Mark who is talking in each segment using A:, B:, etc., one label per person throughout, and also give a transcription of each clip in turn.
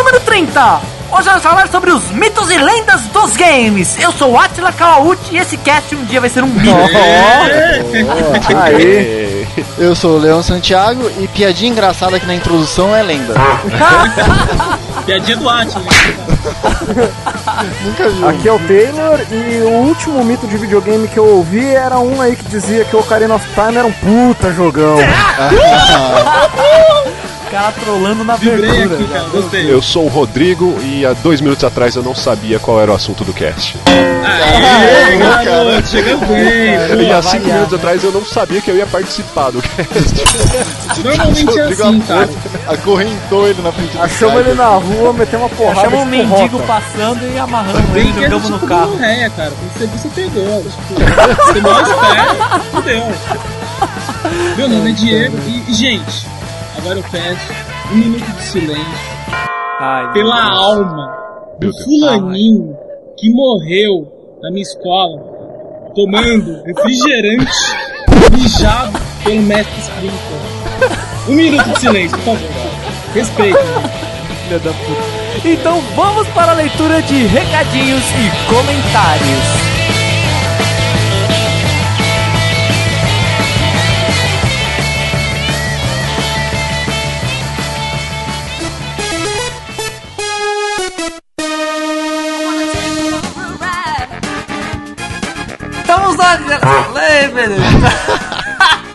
A: Nada! Hoje vamos falar sobre os mitos e lendas dos games. Eu sou o Atila Kawauchi e esse cast um dia vai ser um mito.
B: Boa. Aí. Eu sou o Leão Santiago e piadinha engraçada aqui na introdução é lenda.
C: Piadinha do Atila.
B: Nunca vi.
D: Aqui é o Taylor e o último mito de videogame que eu ouvi era um aí que dizia que o Ocarina of Time era um puta jogão.
A: O cara trolando na
C: Vibrei
A: verdura.
C: aqui, cara. Gostei.
E: Eu sou o Rodrigo e há dois minutos atrás eu não sabia qual era o assunto do cast.
C: Aê,
B: Ah,
C: garoto. Chegamos bem.
E: e há cinco
A: variado.
E: minutos atrás eu não sabia que eu ia participar do cast.
C: Normalmente é
B: Rodrigo
C: assim, cara.
B: acorrou, acorrentou ele na frente do
D: Achamos
B: cara.
D: ele na rua, metemos uma porrada.
A: Chama um
D: tipo,
A: mendigo
D: rota.
A: passando e amarrando
C: Tem
A: ele,
C: que era
A: jogamos
C: tipo
A: no
C: do
A: carro.
C: Réia, cara. Quando você viu, você pegou. Tipo, você mal espera, fudeu. Meu nome é Diego e, e, gente, agora eu peço um minuto de silêncio
A: Ai,
C: pela
A: meu
C: alma do
E: Meu Deus.
C: fulaninho que morreu na minha escola tomando refrigerante mijado pelo mestre Sprinkler. Um minuto de silêncio, por favor. cara. Respeito.
A: filho da puta. Então vamos para a leitura de recadinhos e comentários. Estamos lá. Ai, meu Deus.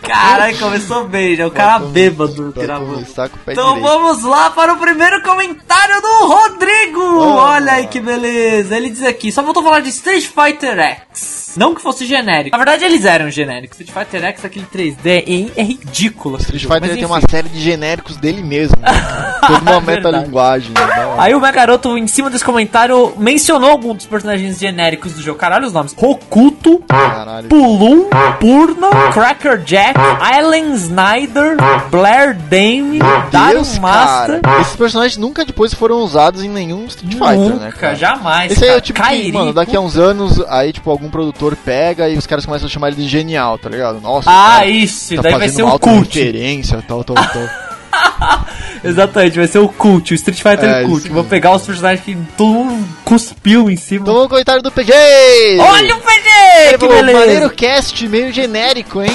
A: Caralho, começou bem já. O cara bêbado
B: Pra
A: gravando.
B: começar com o pé
A: Então
B: direito.
A: vamos lá para o primeiro comentário do Rodrigo!
B: Oh.
A: Olha aí que beleza! Ele diz aqui, só voltou a falar de Street Fighter X. Não que fosse genérico. Na verdade, eles eram genéricos. Street Fighter X, aquele 3D, e é ridículo. esse
B: Street
A: jogo,
B: Fighter
A: mas
B: tem
A: enfim.
B: uma série de genéricos dele mesmo. né? Toda uma metalinguagem. né?
A: Aí o meu garoto, em cima desse comentário, mencionou algum dos personagens genéricos do jogo. Caralho, os nomes. Rokuto,
B: Caralho.
A: Pulum, Purna, Crackerjack, Alan Snyder, Blair Dame,
B: Deus,
A: Darius um Master.
B: cara. Esses personagens nunca depois foram usados em nenhum Street Fighter, né?
A: Nunca,
B: Cara?
A: jamais.
B: Esse aí é
A: cara.
B: o tipo que, mano, daqui a uns anos, aí, tipo, algum produtor pega e os caras começam a chamar ele de genial, tá ligado? Nossa,
A: Ah,
B: cara,
A: isso,
B: tá
A: daí vai
B: fazendo
A: ser
B: uma
A: o
B: alta
A: cult.
B: referência, tal, tal, tal.
A: Exatamente, vai ser o cult, o Street Fighter
B: É,
A: cult.
B: isso
A: Vou
B: mesmo.
A: pegar os personagens que todo mundo cuspiu em cima.
B: Tomou o comentário do PG!
A: Olha o PG! Que beleza!
B: um Maneiro cast, meio genérico, hein?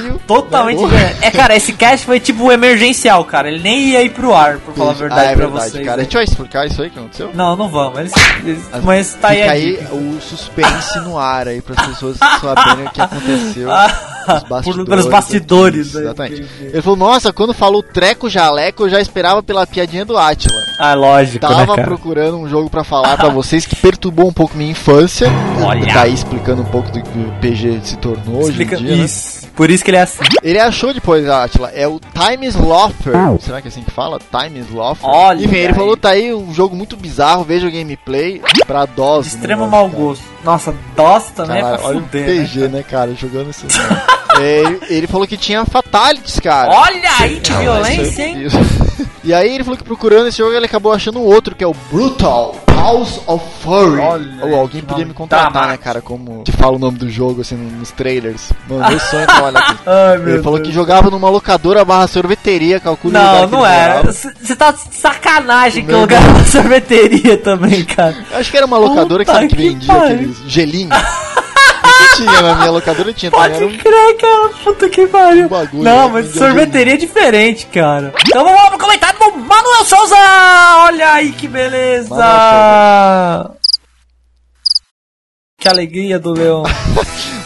B: Meio...
A: Totalmente.
B: Porra.
A: diferente. É, cara, esse cast foi tipo emergencial, cara. Ele nem ia ir pro ar, pra falar a verdade
B: ah, é
A: pra
B: verdade,
A: vocês. né?
B: cara. A gente vai explicar isso aí que aconteceu?
A: Não, não vamos. Eles, eles- mas tá aí.
B: Fica
A: a
B: aí
A: dica.
B: o suspense no ar aí, pras pessoas saberem o que aconteceu. os
A: Ah, Por,
B: bastidores,
A: pelos bastidores.
B: Isso,
A: né?
B: exatamente. Ele falou, nossa, quando falou treco jaleco, eu já esperava pela piadinha do Atila.
A: Ah, lógico, né,
B: Tava
A: cara?
B: procurando um jogo pra falar pra vocês que perturbou um pouco minha infância.
A: Olha.
B: Tá aí explicando um pouco do que o PG se tornou
A: Explica-
B: hoje em dia. né?
A: Isso. Por isso que ele é assim.
B: Ele achou depois, Atila, é o Time Slaughter. Será que é assim que fala? Time Slaughter.
A: Olha
B: Enfim, ele
A: aí.
B: falou, tá aí um jogo muito bizarro, veja o gameplay pra
A: De
B: dose.
A: extremo
B: né,
A: mau
B: cara?
A: gosto. Nossa, DOS também é
B: Caralho,
A: pra
B: olha o
A: fuder. né?
B: PG, né, cara, jogando isso. É, ele, ele falou que tinha Fatalities, cara.
A: Olha aí que violência, hein?
B: Isso. E aí ele falou que procurando esse jogo ele acabou achando um outro, que é o Brutal House of Fury.
A: Olha
B: Ou
A: aí,
B: alguém
A: que
B: podia
A: nome
B: me contratar, né,
A: dramático.
B: cara, como te fala o nome do jogo, assim, nos trailers. Mano, meu sonho é trabalhar com isso.
A: Ai, meu
B: Ele falou
A: Deus.
B: que jogava numa locadora barra sorveteria, calcula o
A: Não,
B: lugar que
A: não
B: ele
A: era.
B: morava.
A: Você tá de sacanagem que
B: Meu
A: eu lugar na sorveteria também, cara.
B: Eu acho que era uma locadora que,
A: Puta
B: sabe, que
A: que
B: vendia
A: pariu.
B: aqueles gelinhos. Porque tinha, na minha locadora tinha também,
A: Pode
B: era um
A: crer, cara. Puta que pariu.
B: Um bagulho,
A: não,
B: né?
A: mas
B: Ninguém
A: sorveteria é diferente, cara. Então vamos lá pro comentário do Manuel Souza. Olha aí que beleza.
B: Manuel
A: Que alegria do Leão.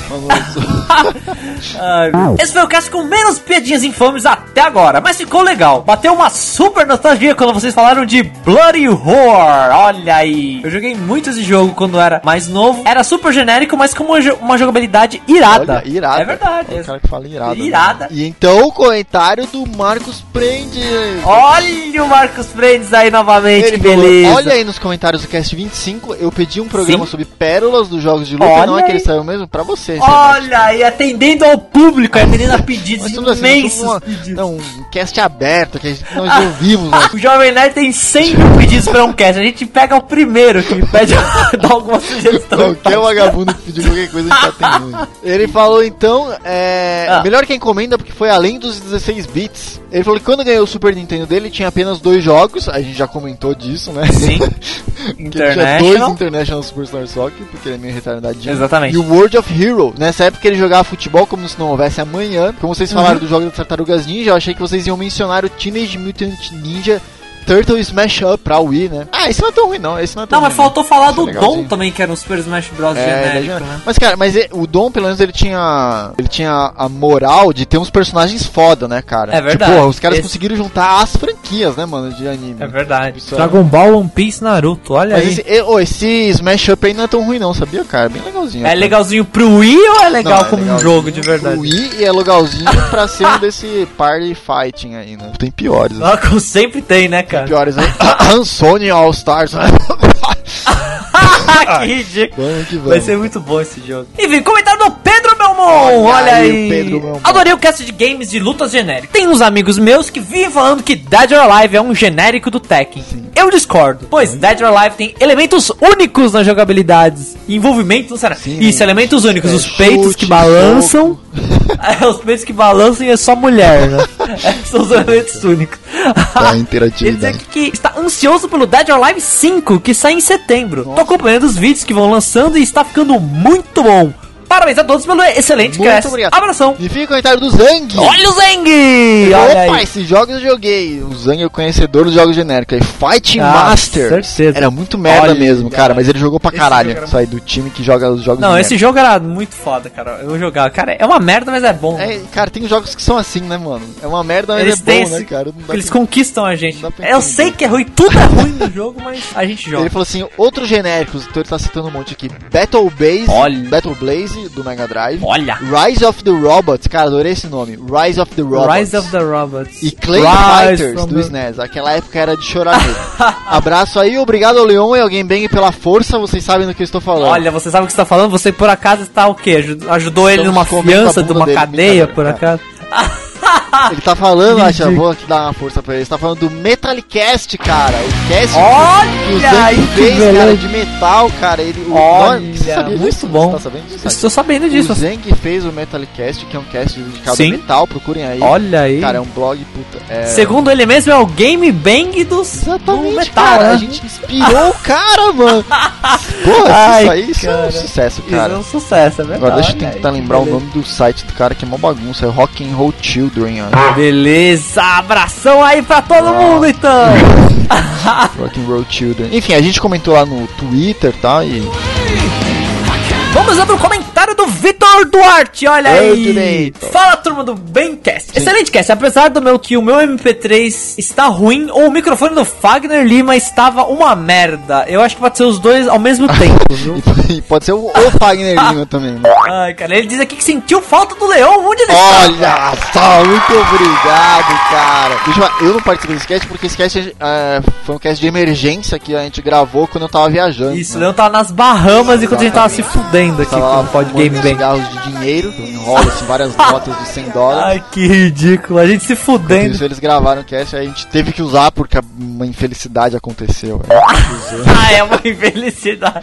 B: famoso.
A: Ai, meu. Esse foi o cast com menos piadinhas infames até agora, mas ficou legal. Bateu uma super nostalgia quando vocês falaram de Bloody Horror. Olha aí. Eu joguei muito esse jogo quando era mais novo. Era super genérico, mas com uma, jo- uma jogabilidade irada.
B: Olha, irada.
A: É verdade.
B: Olha
A: é-
B: o cara que fala irada. né?
A: Irada.
B: E então o comentário do Marcos Prende.
A: Olha o Marcos Freitas aí novamente,
B: Ele
A: que
B: falou,
A: beleza.
B: Olha aí nos comentários do Cast 25, eu pedi um programa
A: Sim.
B: sobre pérolas dos jogos de luta,
A: Olha
B: não é que
A: aí.
B: ele saiu mesmo pra você. Isso é
A: Olha aí, atendendo ao público, atendendo a pedidos
B: Mas tudo assim, nós
A: imensos.
B: somos uma-
A: pedidos.
B: não, um cast aberto, que a gente- nós ouvimos. né? Nós.
A: O Jovem Nerd tem 100 mil pedidos pra um cast. A gente pega o primeiro que pede dá alguma sugestão.
B: Qualquer vagabundo que pediu qualquer coisa, a gente tá atendendo. Ele falou então, é.
A: Ah.
B: Melhor que a encomenda porque foi além dos 16 bits. Ele falou que quando ganhou o Super Nintendo dele tinha apenas dois jogos, a gente já comentou disso, né?
A: Sim.
B: Que ele tinha dois
A: International.
B: International Superstar Soccer, porque ele é meio retardadinho.
A: Exatamente.
B: E o World of Hero. Nessa época ele jogava futebol como se não houvesse amanhã. Como vocês falaram do jogo das Tartarugas Ninja, eu achei que vocês iam mencionar o Teenage Mutant Ninja Turtle Smash Up pra Wii, né? Ah, esse não é tão ruim não, esse não é tão
A: Não, mas
B: ruim,
A: faltou falar
B: Isso é
A: do Dom
B: legalzinho.
A: também, que era um Super Smash Bros.
B: É, ele é
A: genérico, né?
B: Mas cara, mas e- o Dom pelo menos ele tinha ele tinha a moral de ter uns personagens foda, né, cara?
A: É verdade.
B: Tipo, os caras
A: Esse-
B: conseguiram juntar as franquias, né, mano, de anime.
A: É verdade.
B: Isso é-
F: Dragon Ball, One Piece, Naruto, olha
B: Mas
F: aí.
B: esse, e- ô, esse Smash Up aí não é tão ruim não, sabia, cara? É bem legalzinho.
A: É
B: cara.
A: legalzinho pro Wii ou é legal
B: Não, é
A: como um
B: legalzinho
A: jogo de verdade?
B: O Wii é legalzinho pra ser um desse party fighting aí, né? Tem piores, né?
A: Ah, como sempre tem, né, cara?
B: Piores, né? Sony All Stars, né?
A: que ridículo.
B: Vamos que
A: Vai
B: vamos.
A: ser muito bom esse jogo. Enfim, comentário do Pedro Belmont. Olha,
B: Olha aí,
A: aí.
B: o Pedro Belmont.
A: Adorei o cast de games de lutas genéricas. Tem uns amigos meus que vivem falando que Dead or Alive é um genérico do Tekken. Eu discordo, pois Dead or Alive tem elementos únicos nas jogabilidades. e Envolvimento, não será?
B: Sim,
A: Isso,
B: né?
A: elementos únicos.
B: É,
A: os peitos
B: chute,
A: que balançam. É, os peitos que balançam e é só mulher, né? Esses São os elementos únicos.
B: Tá,
A: Ele diz
B: interatividade.
A: aqui que está ansioso pelo Dead or Alive 5, que sai em setembro. Tô acompanhando os vídeos que vão lançando e está ficando muito bom. Parabéns a todos pelo excelente
B: Muito
A: cast.
B: obrigado.
A: Abração.
B: E fica o comentário do Zang.
A: Olha o Zeng! Olha
B: Opa,
A: aí.
B: esses jogos eu joguei. O Zang é o conhecedor dos jogos genéricos. aí. Fighting
F: Ah,
B: Master.
F: certeza.
B: Era muito merda
A: Olha,
B: mesmo, cara. Mas ele jogou pra caralho.
F: jogo era
B: Isso aí, do time que joga os jogos
A: Não, esse jogo era muito foda, cara. Eu jogava. Cara, é uma merda, mas é bom.
B: É, cara, tem jogos que são assim, né, mano? É uma merda, mas
A: Eles
B: é
A: têm
B: bom, né,
A: esse-
B: cara? Não dá
A: Eles
B: pra-
A: conquistam a gente.
B: Não dá pra
A: Eu
B: entender.
A: sei que é ruim, tudo é ruim no jogo, mas a gente
B: Ele
A: joga.
B: falou assim, outros genéricos, então ele tá citando um monte aqui. Battle Base,
A: Olha.
B: Battle Blaze do Mega Drive.
A: Olha!
B: Rise of the Robots, cara, adorei esse nome. Rise of the Robots.
A: Rise of the Robots.
B: E Clay
F: Rise
B: Fighters
F: from
B: do
F: the-
B: SNES. Aquela época era de chorar mesmo. Abraço aí, obrigado ao Leon e ao Game Bang pela força, vocês sabem do que eu estou falando.
A: Olha, você sabe o que você tá falando? Você por acaso está o quê? Aju- Ajudou ele
B: Estamos
A: numa
B: comendo a
A: fiança de
B: bunda
A: uma
B: dele,
A: cadeia,
B: brincadeira,
A: por
B: cara.
A: acaso?
B: Ele tá falando, acha, vou aqui dar uma força pra ele. Ele tá falando do Metalicast, cara. O cast que o
A: Olha aí,
B: Zang
A: que
B: fez,
A: beleza.
B: cara, de metal, cara. Ele, o
A: Olha,
B: nome- você sabia
A: muito
B: disso?
A: bom.
B: Você tá sabendo disso?
A: Estou sabendo disso.
B: O Zeng fez o Metalicast, que é um cast dedicado
A: Sim.
B: a metal, procurem aí.
A: Olha aí.
B: Cara, é um blog, puta. É...
A: Segundo ele mesmo, é o Game Bang dos
B: Exatamente,
A: do metal,
B: cara.
A: né?
B: A gente inspirou o cara, mano. Porra,
A: Ai,
B: isso aí isso é um
A: cara.
B: sucesso,
A: Isso é
B: cara.
A: um sucesso, é verdade.
B: Agora deixa eu
A: Olha
B: tentar
A: aí,
B: lembrar o
A: beleza.
B: nome do site do cara, que é uma bagunça. É Rock and Roll Children,
A: Ah.
B: ó.
A: Beleza, abração aí pra todo mundo então.
B: Rock and Roll Children. Enfim, a gente comentou lá no Twitter, tá? E...
A: Vamos lá pro comentário do Vitor Duarte, olha
B: Oi,
A: aí.
B: direito.
A: Fala turma do Bencast. Excelente cast, apesar do meu que o meu MP3 está ruim ou o microfone do Fagner Lima estava uma merda. Eu acho que pode ser os dois ao mesmo tempo, viu?
B: e- e pode ser o, o Fagner Lima também, né?
A: Ai, cara, ele diz aqui que sentiu falta do Leão, onde ele tá? está?
B: Olha só, muito obrigado, cara. Deixa eu, falar, eu não participei desse cast porque esse cast é, foi um cast de emergência que a gente gravou quando eu tava viajando.
A: Isso, o
B: né?
A: Leão tava nas Bahamas enquanto a gente tava se fudendo aqui
B: Tava Tá lá
A: com o Pod Game
B: fumando
A: Bang.
B: cigarros de dinheiro, enrola-se várias notas de 100 dólares.
A: Ai, que ridículo, a gente se
B: Por
A: fudendo.
B: Isso eles gravaram o cast, aí a gente teve que usar porque a- uma infelicidade aconteceu. né?
A: Ah, é uma infelicidade.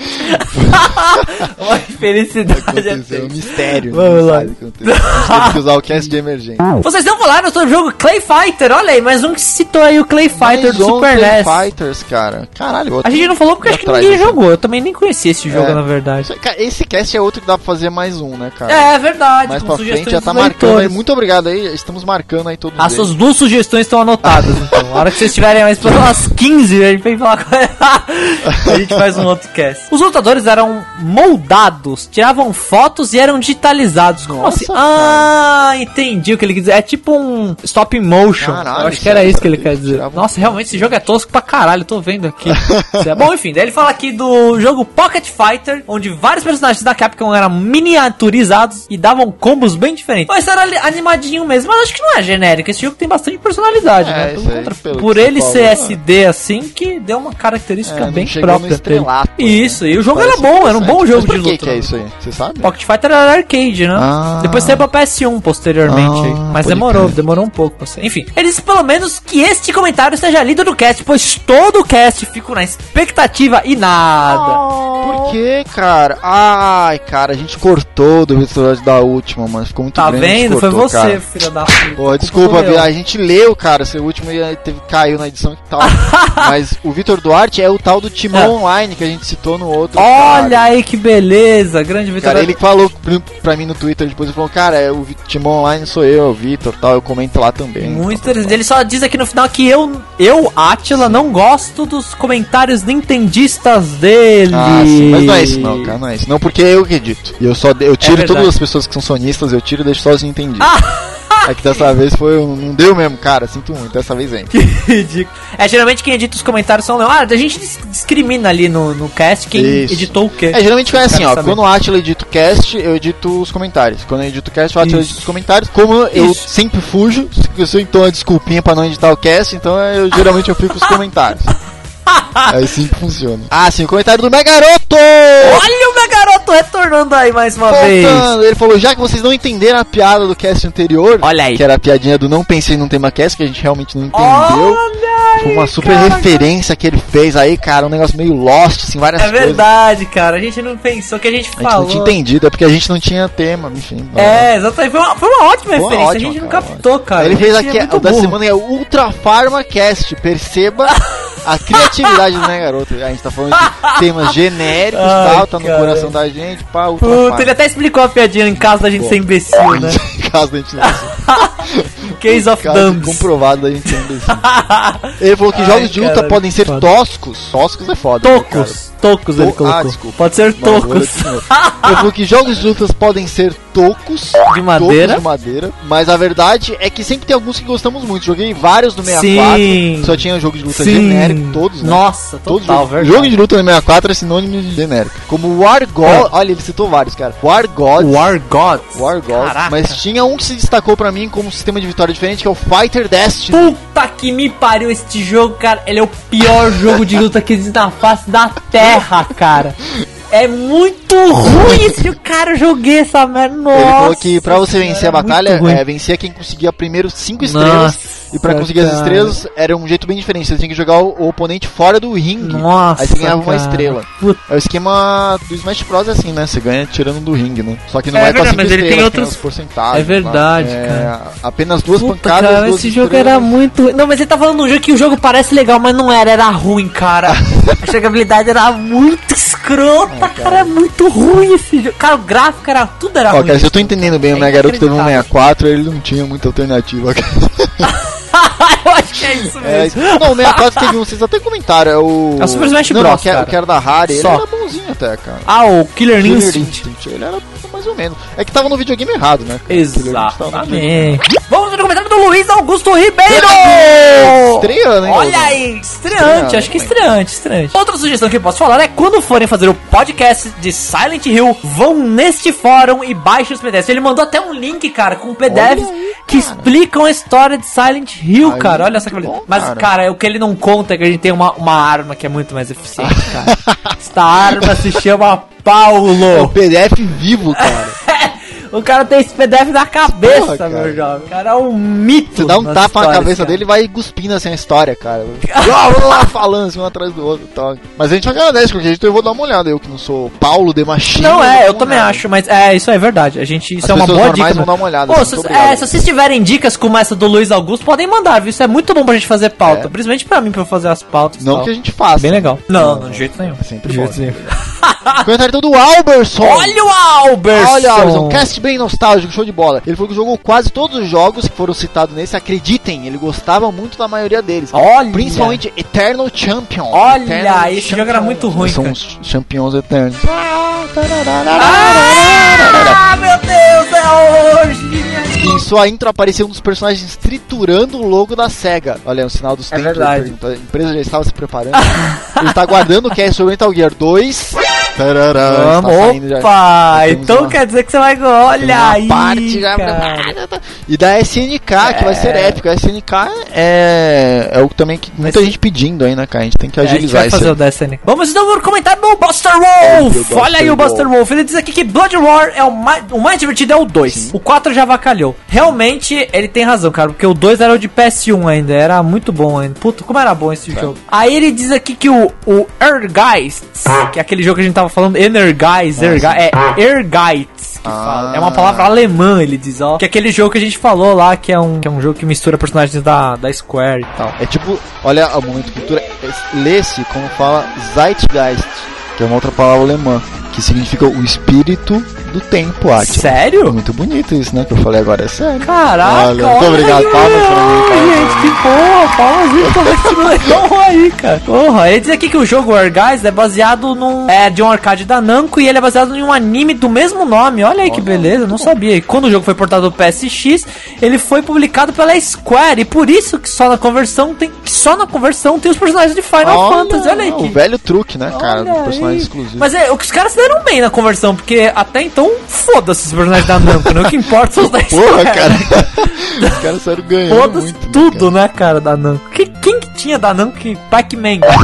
A: uma infelicidade. é
B: Aconteceu um
A: feio.
B: mistério. né?
A: Vamos
B: Não
A: lá.
B: sabe o que aconteceu. A gente teve que usar o cast de emergência.
A: Vocês não falaram sobre o jogo Clay Fighter, olha aí, mas um que citou aí o Clay Fighter do
B: Mais um
A: Super
B: ontem,
A: NES.
B: Fighters, cara. Caralho, outro.
A: A gente não falou porque
B: Já
A: acho que
B: traz
A: ninguém
B: esse-
A: jogou, eu também nem conhecia esse jogo,
B: É.
A: na verdade.
B: Isso- cara, Esse cast é outro que dá pra fazer mais um, né, cara?
A: É, é verdade,
B: Mais
A: com
B: pra
A: sugestões
B: frente já tá
A: dos
B: marcando aí.
A: leitores.
B: Muito obrigado aí, estamos marcando aí todos
A: As
B: eles.
A: suas duas sugestões estão anotadas, então. A hora que vocês tiverem mais pelas 15, a gente vem falar com A gente faz um outro cast. Os lutadores eram moldados, tiravam fotos e eram digitalizados. Como
B: Nossa,
A: assim?
B: cara.
A: Ah, entendi o que ele quis dizer. É tipo um stop motion.
B: Caralho,
A: Eu acho que era
B: sério,
A: isso que ele
B: cara,
A: quer dizer.
B: tirava
A: Nossa, realmente esse jogo é tosco pra caralho, eu tô vendo aqui. Isso é- Bom, enfim, daí ele fala aqui do jogo Pocket Fighter, onde vários personagens da Capcom eram mini miniaturizados e davam combos bem diferentes. Mas era ali- animadinho mesmo, mas acho que não é genérico. Esse jogo tem bastante personalidade,
B: É,
A: né?
B: isso aí, pelo
A: por
B: que você
A: ele
B: falou, é.
A: ser SD assim, que deu uma característica
B: não
A: bem
B: chegou no
A: própria dele.
B: estrelato, né?
A: Isso, e o jogo
B: Parece
A: era bom, era um bom
B: interessante.
A: jogo
B: Mas
A: de
B: por que
A: luta.
B: que é isso aí? Você sabe?
A: Pocket Fighter era arcade, né?
B: Ah.
A: Depois saiu pra PS1 posteriormente.
B: Ah,
A: aí. mas
B: pode
A: demorou,
B: crer.
A: demorou um pouco. Assim. Enfim, eles pelo menos que este comentário seja lido do cast, pois todo o cast fico na expectativa e nada.
B: Por que, cara? Ai, cara, a gente cortou do episódio da última, mano. Ficou muito
A: tá
B: grande, a gente
A: vendo? Foi
B: cortou,
A: você,
B: cara.
A: filha da puta.
B: Pô, desculpa,
A: foi eu.
B: Bia, a gente leu, cara, seu último e aí teve, caiu na edição que tal. Mas o Vitor Duarte é o tal do Timão
A: É.
B: Online que a gente citou no outro.
A: Olha
B: cara.
A: aí que beleza, grande
B: Cara,
A: vitória.
B: ele falou pra- pra mim no Twitter depois, ele falou, cara, é o Vi- Timão Online sou eu, o Vitor tal, eu comento lá também.
A: Muito interessante. Ele só diz aqui no final que eu, eu Atila, não gosto dos comentários nintendistas dele.
B: Ah, sim, mas não é isso não, cara, não é isso. Não, porque eu acredito. E eu só eu tiro
A: É verdade. Ah!
B: todas as pessoas que são sonistas, eu tiro e deixo só os entendidos. É que dessa vez foi, um- não deu mesmo, cara, sinto muito, dessa vez vem.
A: Ridículo. É, geralmente quem edita os comentários são o Leonardo. A gente dis- discrimina ali no, no cast quem
B: Isso.
A: editou o quê.
B: É, geralmente é assim,
A: Quero
B: ó,
A: saber.
B: quando o Atila edita o cast, eu edito os comentários. Quando eu edito o cast, o Atila
A: Isso.
B: edita os comentários. Como eu
A: Isso.
B: sempre fujo, eu sou então a desculpinha pra não editar o cast, então eu geralmente eu fico os comentários. É assim que funciona. Ah, sim, o comentário do Megaroto!
A: Olha o meu garoto retornando aí mais uma vez.
B: Voltando, ele falou, já que vocês não entenderam a piada do cast anterior,
A: Olha aí.
B: que era a piadinha do não pensei num tema cast, que a gente realmente não entendeu.
A: Olha aí,
B: Foi uma super
A: cara.
B: referência que ele fez aí, cara, um negócio meio lost, assim, várias
A: É
B: coisas.
A: verdade, cara. A gente não pensou que a gente
B: A gente não
A: falou.
B: tinha entendido, é porque a gente não tinha tema, enfim.
A: é, exatamente. Foi uma, foi uma ótima
B: Foi uma
A: referência.
B: ótima,
A: a gente não
B: cara,
A: captou, cara.
B: Ele fez
A: A gente
B: aqui,
A: é muito
B: o da
A: burro.
B: semana é Ultra Pharma Cast, perceba a criatividade do né, garoto? A gente tá falando de temas genéricos e
A: Ai,
B: tal, tá no
A: cara.
B: coração da gente, pá, Ultra
A: Puta, ele
B: Pharma.
A: até explicou a piadinha em caso da gente ser imbecil, né?
B: Em caso da gente não
A: Case of
B: Caso
A: Dumbs.
B: comprovado da gente ser imbecil. Ele falou que
A: Ai,
B: jogos de luta
A: caralho,
B: podem ser
A: foda.
B: toscos. Toscos é foda. né, cara?
A: Tocos. Tocos ele
B: To-
A: colocou.
B: Ah, desculpa.
A: Pode ser
B: Mano, olha
A: tocos.
B: que merda. Ele falou que jogos de lutas podem ser tocos.
A: Ah. De madeira.
B: tocos de madeira. Mas a verdade é que sempre tem alguns que gostamos muito. Joguei vários no 64.
A: Sim.
B: Só tinha jogo de luta
A: Sim.
B: genérico, todos, né?
A: Nossa,
B: Todo
A: total,
B: jogo.
A: verdade.
B: jogo de luta no 64 é sinônimo de genérico. Como War God.
A: É.
B: Olha, ele citou vários, cara. War Gods.
A: War Gods.
B: War Gods.
A: Caraca.
B: Mas tinha um que se destacou pra mim como um sistema de vitória diferente, que é o Fighter Destiny.
A: Puta que me pariu este jogo, cara. Ele é o pior jogo de luta que existe na face da terra, cara. É muito ruim esse cara. Eu joguei essa merda. Nossa.
B: Ele falou que pra você vencer a
A: cara,
B: batalha,
A: muito ruim.
B: é, vencia quem conseguia primeiro cinco estrelas.
A: Nossa,
B: E pra conseguir as
A: cara.
B: estrelas era um jeito bem diferente. Você tinha que jogar o, o oponente fora do ringue.
A: Nossa.
B: aí você ganhava uma
A: cara.
B: estrela.
A: Puta.
B: É o esquema do Smash Bros. é assim, né? Você ganha tirando do ringue, né? Só que não
A: É
B: é, pra
A: verdade,
B: cinco
A: mas ele tem
B: estrelas,
A: outros-
B: as porcentagens.
A: É verdade,
B: lá. É,
A: cara.
B: Apenas duas
A: Puta,
B: pancadas.
A: cara,
B: duas
A: esse jogo
B: estrelas.
A: era muito. ruim. Não, mas ele tá falando de um jogo que o jogo parece legal, mas não era, era ruim, cara. A jogabilidade era muito escrota, cara. é muito ruim esse jogo. Cara, o gráfico era tudo era
B: Ó,
A: ruim.
B: cara, se eu tô entendendo bem, o
A: É
B: meu garoto teve um
A: inacreditável.
B: 64, ele não tinha muita alternativa, cara.
A: eu acho que é isso
B: É,
A: mesmo.
B: não, o 64 teve um, vocês até comentaram, é o...
A: É o Super Smash
B: não, Não,
A: Bros,
B: que era-
A: cara.
B: que era da Rare, ele
A: Só.
B: era bonzinho até, cara.
A: Ah, o Killer
B: Killer
A: Instinct.
B: Instinct, ele era mais ou menos. É que tava no videogame errado, né? cara? Killer Instinct tava no videogame
A: Exatamente. Vamos no comentário do Luiz Augusto Ribeiro!
B: Estreando, hein?
A: Olha
B: Rodolfo?
A: aí, estreante,
B: Estreante,
A: acho que
B: hein?
A: estreante, estreante. Outra sugestão que eu posso falar é quando forem fazer o podcast de Silent Hill, vão neste fórum e baixem os PDFs. Ele mandou até um link, cara, com PDFs
B: Olha aí,
A: que
B: cara.
A: explicam a história de Silent Hill,
B: Aí,
A: cara. Olha essa que
B: muito bom,
A: Mas,
B: cara.
A: cara, o que ele não conta é que a gente tem uma, uma arma que é muito mais eficiente, cara. Esta arma se chama
B: É o
A: Paulo.
B: PDF vivo, cara.
A: o cara tem esse PDF na cabeça,
B: Porra, cara.
A: meu jovem. O cara é um mito.
B: Você dá um
A: nas
B: tapa na
A: histórias,
B: cabeça
A: cara.
B: dele e vai cuspindo assim a história, cara. Blá, blá, blá, falando assim um atrás do outro e tal. Mas a gente agradece qualquer jeito, eu vou dar uma olhada. Eu que não sou Paulo de Machine.
A: Não,
B: vou
A: é,
B: dar
A: eu
B: uma
A: também
B: olhada.
A: acho, mas é, isso é verdade. A gente, isso
B: As
A: é uma
B: pessoas
A: boa
B: normais
A: dica. né?
B: vão dar uma olhada,
A: Pô,
B: assim,
A: se,
B: muito
A: é,
B: obrigado.
A: se vocês tiverem dicas como essa do Luiz Augusto, podem mandar, viu? Isso é muito bom pra gente fazer pauta.
B: É.
A: Principalmente pra mim, pra eu fazer as pautas. e
B: Não
A: tal.
B: que a gente faça.
A: Bem legal. Não, não,
B: não,
A: de jeito nenhum.
B: É sempre
A: De
B: bom.
A: jeito nenhum.
B: Comentário então do Alberson.
A: Olha o Albert!
B: Olha, Alberson, um cast bem nostálgico, show de bola. Ele falou que jogou quase todos os jogos que foram citados nesse, acreditem, ele gostava muito da maioria deles.
A: Olha!
B: Principalmente Eternal Champion.
A: Olha,
B: Eternal
A: esse jogo era muito ruim,
B: São
A: cara.
B: os champions eternos.
A: Ah, meu Deus, é hoje!
B: E em sua intro apareceu um dos personagens triturando o logo da SEGA. Olha, é um sinal dos tempos.
A: verdade.
B: tá ele pergunta. A empresa já estava se preparando. ele está guardando o que é sobre Metal Gear 2 Tarará,
A: Vamos,
B: está saindo já.
A: opa!
B: Temos
A: então
B: uma-
A: quer dizer que você vai. Olha
B: Uma
A: aí!
B: parte já-
A: cara. É.
B: E da SNK, que vai ser épico. A SNK é, é o também que muita
A: ser-
B: gente pedindo ainda, cara. A gente tem que
A: É, a gente
B: agilizar
A: vai
B: isso.
A: fazer o
B: aí.
A: da SNK. Vamos então ver o comentário do Buster Wolf.
E: Buster
A: Olha aí o
E: Wolf.
A: Buster Wolf. Ele diz aqui que Blood War é o mais, o mais divertido é o 2. O 4 já vacalhou. Realmente, ele tem razão, cara. Porque o 2 era o de PS1 ainda. Era muito bom ainda. Puta, como era bom
B: Tá.
A: esse jogo. Aí ele diz aqui que o, o Ergeist, que é aquele jogo que a gente tava falando,
B: Ah,
A: Energize, Erga, é Ergeist. que fala. É uma palavra alemã, ele diz, ó. Que é aquele jogo que a gente falou lá, que é um, que é um jogo que mistura personagens da, da Square e tal.
B: É tipo, olha o momento cultura. é- Lê-se como fala Zeitgeist, que é uma outra palavra alemã, que significa o espírito do tempo, Ati.
A: Sério?
B: Muito bonito isso, né? Que eu falei agora, é sério.
A: Caraca,
B: Olha, muito obrigado,
A: aí,
B: palmas pra mim,
A: ai,
B: cara.
A: Gente, que porra, palmas muito pra legal aí, cara. Porra, ele diz aqui que o jogo War Guys é baseado num. É de um arcade da Namco e ele é baseado em um anime do mesmo nome. Olha aí que beleza, não sabia. E quando o jogo foi portado do PSX, ele foi publicado pela Square. E por isso que só na conversão tem. Que só na conversão tem os personagens de Final é Fantasy. Olha aí
B: O
A: que.
B: velho truque, né, cara?
A: Olha
B: Do personagem
A: aí.
B: exclusivo.
A: Mas é, o que os caras se deram bem na conversão, porque até então, foda-se os personagens da Namco, né? O que importa são os da Square.
B: Porra, cara. Os caras saíram ganhando
A: é- Foda-se
B: muito. né,
A: tudo, né, cara, da Namco. Que, quem que tinha da Namco que Pac-Man?
B: cara?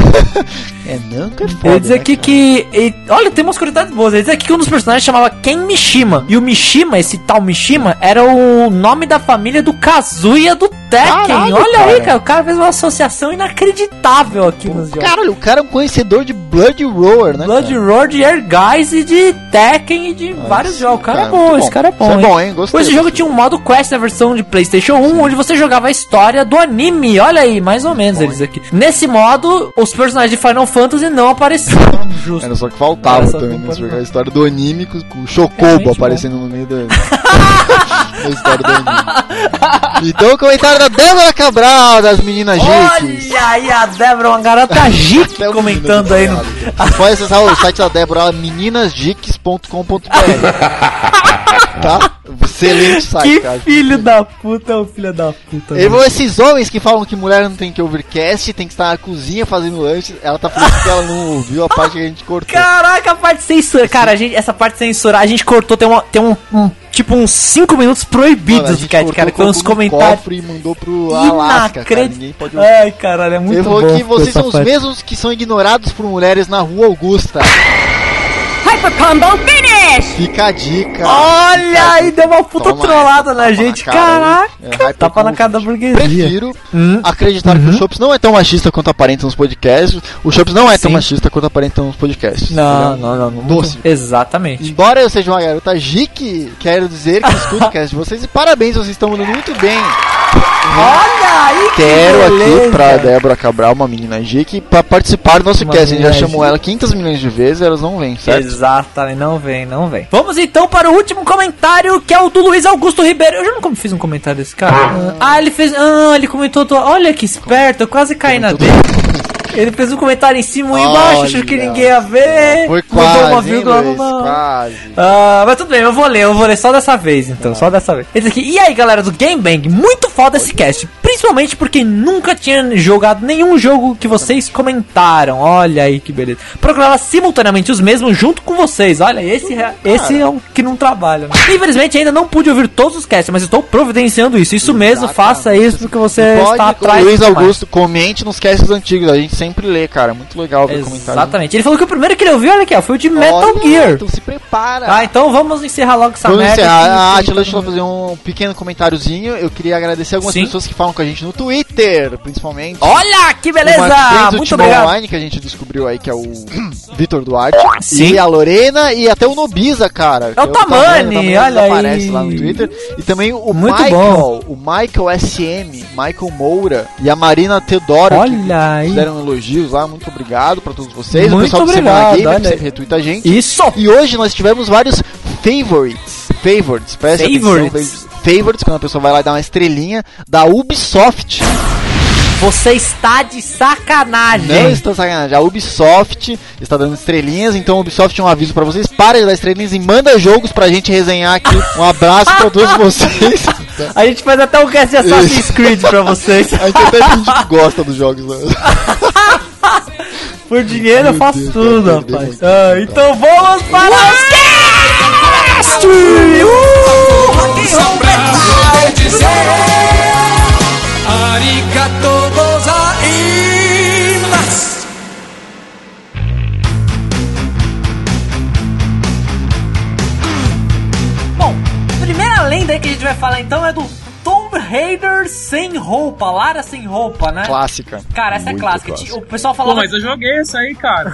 B: É, não, que é foda.
A: Ele diz
B: É né,
A: aqui
B: cara?
A: que... e- olha, tem umas curiosidades boas. Ele diz aqui que um dos personagens chamava Ken Mishima. E o Mishima, esse tal Mishima, era o nome da família do Kazuya do Tekken.
B: Caralho,
A: olha aí,
B: cara.
A: cara. O cara fez uma associação inacreditável aqui nos jogos.
B: Caralho, o cara é um conhecedor de Blood Roar, né?
A: Blood
B: cara?
A: Roar de Air Guys e de Tekken e de vários
B: esse
A: jogos. O cara, é
B: cara é
A: bom,
B: muito
A: esse
B: bom.
A: cara é bom.
B: Isso é
A: hein?
B: bom, hein? Gostei
A: Esse jogo
B: desse
A: tinha um modo quest na versão de PlayStation 1, onde você jogava a história do anime. Olha aí, mais ou menos eles aqui. Nesse modo, os personagens de Final Fantasy não apareciam. Justo.
B: Era só que faltava
A: Era só É,
B: também
A: que
B: nesse jogo.
A: faltava.
B: A história do anime com- com o Chocobo
A: Realmente
B: aparecendo no meio da... da história do anime. Então o comentário da Débora Cabral, das meninas Geeks.
A: Olha aí a Débora, uma garota geek
B: Até o
A: comentando aí
B: menino
A: no.
B: do caralho. Pode acessar o site da Débora, ela é meninasgeeks.com.br. tá? Excelente site,
A: Que
B: cara.
A: filho da puta, o filho da puta.
B: Ele falou, esses homens que falam que mulher não tem que ouvir cast, tem que estar na cozinha fazendo lanche. Ela tá falando que ela não ouviu a parte que a gente cortou.
A: Caraca, a parte censura. Cara, a gente, essa parte censura, a gente cortou, tem, uma, tem um, um- Tipo, uns 5 minutos
B: Mano, a
A: proibidos
B: gente
A: do cat,
B: cortou,
A: cara. Com uns
B: colocou num
A: comentários.
B: cofre E mandou pro Alasca, cara. Ninguém pode ouvir.
A: Ai, caralho, é muito
B: Ele falou
A: bom.
B: que vocês
A: essa
B: são os
A: parte.
B: mesmos que são ignorados por mulheres na rua Augusta.
G: Hyper Combo Finish!
B: Fica a dica.
A: Olha aí, deu uma puta
B: Toma,
A: trollada na
B: tapa
A: gente.
B: cara, hein?
A: Caraca.
B: É, hyper
A: Tapa na
B: confuso.
A: cara da burguesia.
B: Prefiro
A: Hum.
B: acreditar que o Chops não é tão machista quanto aparenta nos podcasts. O Chops não é tão
A: Sim.
B: machista quanto aparenta nos podcasts.
A: Não,
B: Entendeu?
A: não, não. não
B: Ah, Doce.
A: Exatamente.
B: Embora eu seja uma garota jique, quero dizer que escuto o cast de vocês e parabéns, vocês estão mandando muito bem.
A: Olha aí, que
B: Quero aqui
A: beleza.
B: pra Débora Cabral, uma menina jique, pra participar do nosso
A: Uma
B: cast. A gente já
A: menina
B: chamou
A: geek.
B: ela 500 milhões de vezes elas não vêm, certo?
A: Exatamente, não vem, não vem. Vamos então para o último comentário, que é o do Luiz Augusto Ribeiro. Eu já nunca fiz um comentário desse cara. Ah, ele fez. Ah, ele comentou. do- Olha que esperto, eu quase caí na dele. Ele fez um comentário em cima e embaixo, achou que
B: Olha.
A: ninguém ia ver.
B: Foi
A: Mudou
B: quase,
A: uma
B: hein,
A: vírgula
B: Luiz?
A: numa-
B: quase.
A: Ah, mas tudo bem, eu vou ler, eu vou ler só dessa vez, então, só dessa vez. Esse aqui, e aí galera do Game Bang, muito foda esse cast, principalmente porque nunca tinha jogado nenhum jogo que vocês comentaram, olha aí que beleza. Procurava simultaneamente os mesmos junto com vocês, olha, esse,
B: Uhum,
A: é- esse é um que não trabalha. né? Infelizmente ainda não pude ouvir todos os casts, mas estou providenciando isso, isso mesmo,
B: Exatamente.
A: faça isso porque você
B: Pode,
A: É, está atrás.
B: Luiz
A: demais.
B: Augusto, comente nos casts antigos, a gente sempre lê, cara. é Muito legal ver comentários.
A: Exatamente, ele falou que o primeiro que ele ouviu, olha aqui, ó, foi o de Metal
B: Olha,
A: Gear.
B: Então se prepara.
A: Ah, então vamos encerrar logo essa
B: Vamos
A: merda.
B: encerrar.
A: que-
B: A
A: que-
B: Atila, deixa eu fazer um pequeno comentáriozinho. Eu queria agradecer algumas
A: Sim.
B: pessoas que falam com a gente no Twitter, principalmente.
A: Olha que
B: O Marquês
A: beleza!
B: do
A: Muito
B: Timão
A: obrigado.
B: Online, que a gente descobriu aí que é o Vitor Duarte.
A: Sim. É
B: E a Lorena e até o Nobisa, cara. que
A: Tamani, olha aí.
B: Aparece lá no Twitter. E também o
A: Muito
B: Michael,
A: bom.
B: o Michael SM, Michael Moura e a Marina Teodoro. que
A: Olha aí.
B: Fizeram elogios lá, muito obrigado pra todos vocês.
A: Muito
B: o pessoal do
A: obrigado,
B: Semana Gamer
A: olha
B: que
A: aí.
B: sempre retuita a gente.
A: Isso!
B: E hoje nós tivemos vários favorites. Favorites, presta
A: Favorites.
B: atenção. Favorites, quando a pessoa vai lá e dá uma estrelinha da Ubisoft.
A: Você está de sacanagem!
B: Não está sacanagem. A Ubisoft está dando estrelinhas, então Ubisoft um aviso pra vocês. Para de dar estrelinhas e manda jogos pra gente resenhar aqui. Um abraço pra todos vocês.
A: A gente faz até um cast de Assassin's Creed pra vocês.
B: A gente até finge que gosta dos jogos. né?
H: Por dinheiro eu faço tudo, rapaz. Ah, então vamos para o cast! Uh! Bom, a primeira lenda aí que a gente vai falar então é do Tomb Raider sem roupa, Lara sem roupa, né?
B: Clássica.
H: Cara, essa
E: Muito
H: é clássica.
E: clássica.
H: O pessoal
C: Pô,
H: falava.
C: mas eu joguei essa aí, cara.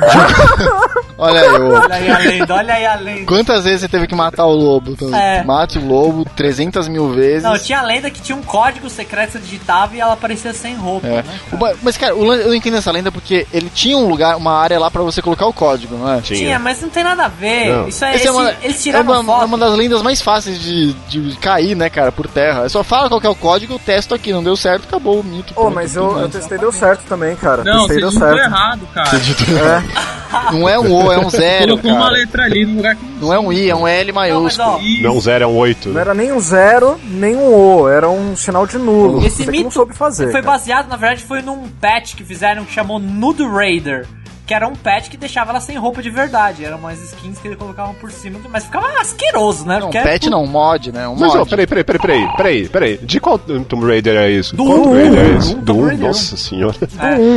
B: Olha aí, ô.
H: Olha aí a lenda, olha aí a lenda.
B: Quantas vezes você teve que matar o lobo? Então,
H: É.
B: Mate o lobo 300 mil vezes.
H: Não, tinha a lenda que tinha um código secreto que você digitava e ela aparecia sem roupa,
B: É.
H: né?
B: O ba- Mas, cara, o lan- eu entendo essa lenda porque ele tinha um lugar, uma área lá pra você colocar o código, não é?
H: Tinha, mas não tem nada a ver.
E: Não.
H: Isso é,
B: Essa
H: esse,
B: é uma-
H: eles
B: É
H: tiraram
B: uma,
H: foto.
B: é uma das lendas mais fáceis de, de cair, né, cara, por terra. Só fala qual que é o código, eu testo aqui, não deu certo, acabou o mito.
D: Ô,
B: pronto, é
D: mas
B: tudo
D: eu, eu
B: mais.
D: testei, deu certo também, cara.
C: Não, você
D: testei, deu
C: digitou
D: certo.
C: errado, cara.
B: Não é um O, é um zero,
C: Colocou uma
B: cara.
C: letra ali no lugar que não
B: Não é um I, é um L
H: Não, mas,
B: maiúsculo.
H: ó,
C: tinha.
E: Não zero, é um oito.
D: Não era nem um zero, nem um O, era um sinal de nulo.
H: Esse
D: Isso aqui
H: mito
D: não soube fazer.
H: foi
D: cara.
H: baseado, na verdade, foi num patch que fizeram que chamou Nude Raider. Que era um patch que deixava ela sem roupa de verdade. Eram umas skins que eles colocavam por cima. Mas ficava asqueroso, né?
B: Não,
H: Porque-
B: É um pet não, mod, né? Um
E: Mas, ó,
B: mod.
E: peraí, peraí, peraí, peraí, peraí, peraí. De qual Tomb Raider é isso?
H: Do
E: qual
H: um,
E: Tomb Raider
H: um,
E: é isso?
H: um,
E: Do
H: Tomb
E: um,
H: Raider,
E: nossa senhora.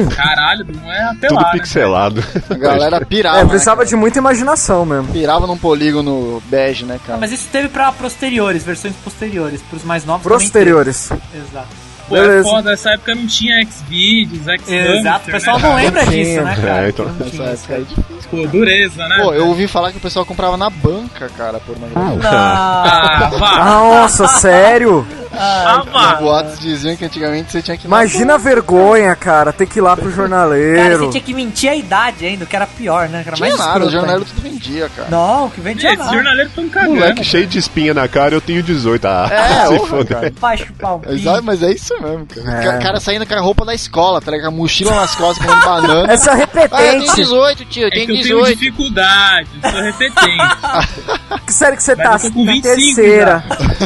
C: Caralho, não é até
E: Tudo
C: lá. Ah, né?
E: pixelado.
B: A galera pirava.
D: É,
B: né,
D: precisava de muita imaginação mesmo.
B: cara? Pirava num polígono bege, né, cara?
H: Mas isso teve pra posteriores, versões posteriores. Pros mais novos
D: Pros
H: também teve.
D: exteriores.
H: Exato.
C: Pô, é
D: Beleza.
C: foda, nessa época não tinha Xvideos, né? Xvideos.
H: Exato, o pessoal não lembra disso, né, cara?
E: É, então.
B: Nessa época aí.
C: Pô, dureza, né?
B: Pô, eu ouvi falar que o pessoal comprava na banca, cara, por uma
H: Ah,
C: Ah, vá.
D: Nossa, sério?
C: Ah,
B: Os
C: vá.
B: boatos diziam que antigamente você tinha que ir na
D: Imagina a vergonha, cara, ter que ir lá pro
H: cara, você
D: jornaleiro.
H: tinha que mentir a idade ainda, o que era pior, né? Que Era
B: banca.
H: mais
B: Tinha nada, o
H: escroto
B: jornaleiro
H: ainda.
B: tudo vendia, cara.
H: Não, o que vem tinha
C: Gente,
H: nada.
C: jornaleiro tá um tão cagando.
E: Moleque cheio de espinha na cara, eu tenho 18. Ah,
B: É,
E: se
B: porra,
E: foder.
B: cara.
H: Vai chupar um pinto.
B: Exato, mas é isso mesmo, cara.
D: É.
B: Ca- cara saindo com a roupa da escola, tá ligado? Com a mochila nas costas, comendo banana.
D: Essa é
B: Ah, eu tenho
D: repetente.
B: 18, tio, eu
C: É que
B: tenho
C: eu tenho
B: 18.
C: dificuldade, eu sou repetente.
D: Que série que você
C: Mas
D: tá?
C: eu tô com
D: na
C: 25
D: terceira.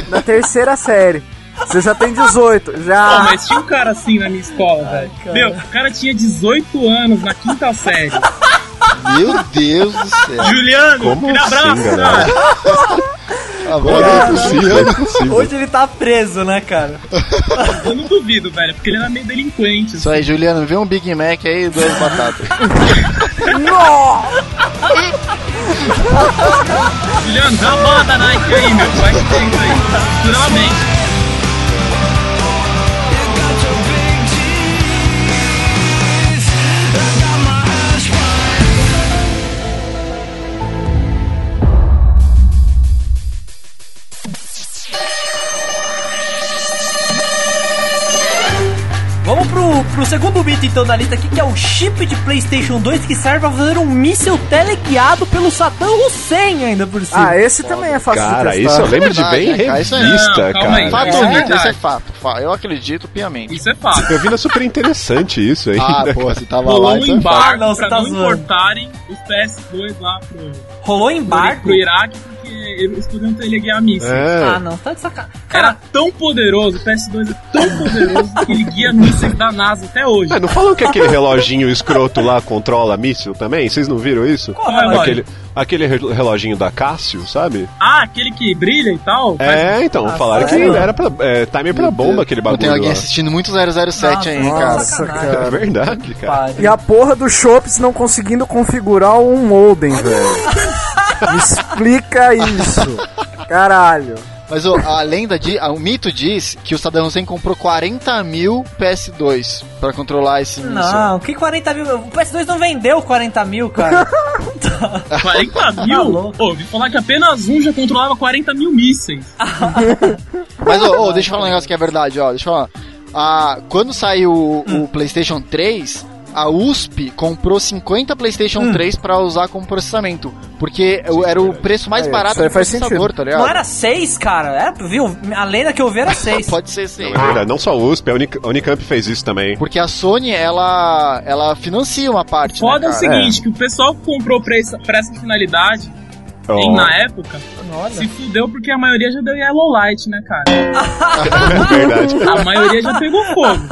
D: Na terceira série. Você já tem 18.
C: Pô,
D: Já.
C: mas tinha um cara assim na minha escola, velho. Meu, o cara tinha 18 anos na quinta série.
B: Meu Deus do céu.
C: Juliano,
E: Como
C: me dá
E: assim,
C: Um abraço, cara.
E: galera? Como
B: Agora,
E: é impossível, é impossível.
H: Hoje ele tá preso, né, cara?
C: Eu não duvido, velho, porque ele era meio delinquente.
B: isso aí, Juliano, vê um Big Mac aí e duas batatas.
C: Juliano, dá uma bala da Nike aí, meu. Vai que tem, velho. Naturalmente.
H: Vamos pro, pro segundo mito, então, da lista aqui, que é o chip de Playstation 2 que serve pra fazer um míssil teleguiado pelo Saddam Hussein, ainda por cima.
D: Ah, esse também é fácil
E: Cara,
D: de
E: isso
D: testar.
E: eu lembro de
B: Verdade,
E: bem
B: né, cara? Isso é-
E: revista,
C: Não, calma aí.
E: cara.
B: Fato
C: É
B: ou mito?
C: verdade.
B: Isso é fato. Fa- Eu acredito piamente.
C: Isso é fato.
E: Eu vi na super interessante isso aí.
B: Ah, pô, você tava
C: Rolou
B: lá,
C: um
B: isso é fato.
H: Ah,
C: embargo
H: não, você
C: pra
H: tá
C: não
H: zoando.
C: importarem os PS2 lá pro,
H: Rolou
C: pro,
H: embargo.
C: pro Iraque, porque eles podiam teleguiar a missa.
H: Ah,
E: É.
H: não, tá de sacanagem.
C: Era tão poderoso, o PS2 é tão poderoso que ele guia mísseis da NASA até hoje.
E: Mas É, não falam que aquele reloginho escroto lá controla míssil também? Vocês não viram isso?
H: Qual
C: Vai,
H: relógio?
C: vai.
E: Aquele, aquele re- reloginho da Cássio, sabe?
C: Ah, aquele que brilha e tal?
E: É, então, falaram que
H: sério?
E: era pra, é, timer pra bomba aquele
B: Eu tenho
E: bagulho
B: alguém
E: lá.
B: assistindo muito 007 aí,
H: Nossa,
B: cara.
D: Nossa,
H: Sacanagem.
E: É
D: cara.
E: verdade, cara.
D: E a porra do Chops não conseguindo configurar um modem, velho. Me explica isso. Caralho.
B: Mas ô, a lenda, de, o mito diz que o Saddam Hussein comprou 40 mil PS2 pra controlar esse míssil.
H: Não, que 40 mil? O PS2 não vendeu 40 mil, cara.
C: 40
H: Tá
C: mil?
H: louco.
C: Pô, ouvi falar que apenas um já controlava 40 mil mísseis.
B: Mas, ô, ô, deixa eu falar um negócio que é verdade, ó. Deixa eu falar. Ah, quando saiu o,
H: Hum.
B: o PlayStation 3, a USP comprou 50 PlayStation
H: Hum.
B: 3 pra usar como processamento. Porque o- era o preço mais
D: Aí, É,
B: barato
D: isso aí
B: do
D: faz
B: processador,
D: sentido.
B: tá ligado?
H: não era 6, cara. É, viu? A lenda que eu vi era 6.
B: Pode ser sim.
E: Não, é verdade. Não só a USP, a, Unic- a Unicamp fez isso também.
B: Porque a Sony, ela, ela financia uma parte.
C: Foda é
B: né,
C: o
B: cara?
C: seguinte, que o pessoal que comprou pra essa, pra essa finalidade,
E: Ó,
C: em- na época,
H: Olha.
C: se fudeu porque a maioria já deu yellow light, né, cara?
E: é verdade.
C: A maioria já pegou fogo.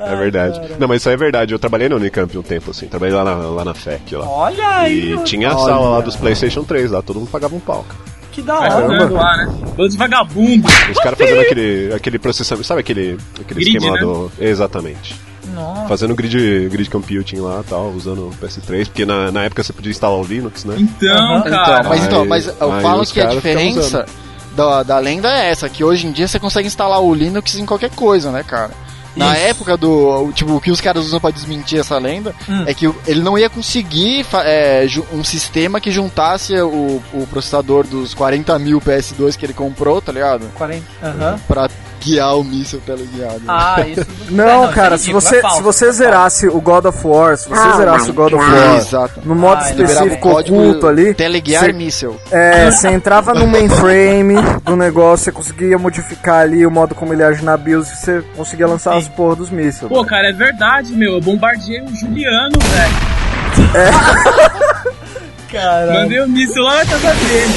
E: É verdade. Não, mas isso aí é verdade. Eu trabalhei no Unicamp um tempo, assim. Trabalhei lá na, lá na FEC, lá.
H: Olha aí,
E: E
H: mano,
E: tinha a
D: Olha.
E: sala lá dos PlayStation 3, lá todo mundo pagava um pau. cara.
H: que da
C: Vai
H: hora.
C: jogando lá, né? Bando de vagabundo.
E: Os caras fazendo aquele, aquele processamento, sabe aquele, aquele
C: Grid,
E: esquema lá
C: né?
E: do. Exatamente.
H: Nossa.
E: Fazendo grid, grid computing lá tal, usando o PS3, porque na, na época você podia instalar o Linux, né?
C: Então,
H: Aham.
C: cara.
B: Mas então, mas
E: Aí-
B: eu
E: aí
B: falo
E: os
B: que a
E: caras ficam
B: diferença da, da lenda é essa, que hoje em dia você consegue instalar o Linux em qualquer coisa, né, cara? Na época do. o- Tipo, o que os caras usam pra desmentir essa lenda é que o- ele não ia conseguir fa- é, ju- um sistema que juntasse o, o processador dos 40 mil PS2 que ele comprou, tá ligado?
H: 40. Aham.
B: Pra guiar o míssil teleguiado.
H: Ah, isso.
D: Não,
H: É, isso
D: cara,
H: é
D: se
H: ridículo,
D: você,
H: é falso,
D: se você
H: é
D: zerasse o God of War, se você zerasse o God of
B: Ah, um
D: War
B: Exato.
D: no modo
H: Ah, ele
D: específico oculto ali,
B: Teleguiar
D: cê-
B: míssil.
D: É, você entrava no mainframe do negócio, você conseguia modificar ali o modo como ele age na BIOS e você conseguia lançar as porra dos mísseis.
C: Pô, cara, é verdade, meu. Eu bombardeei o Juliano, velho.
H: falso. Caralho.
C: Mandei o míssil lá na casa dele.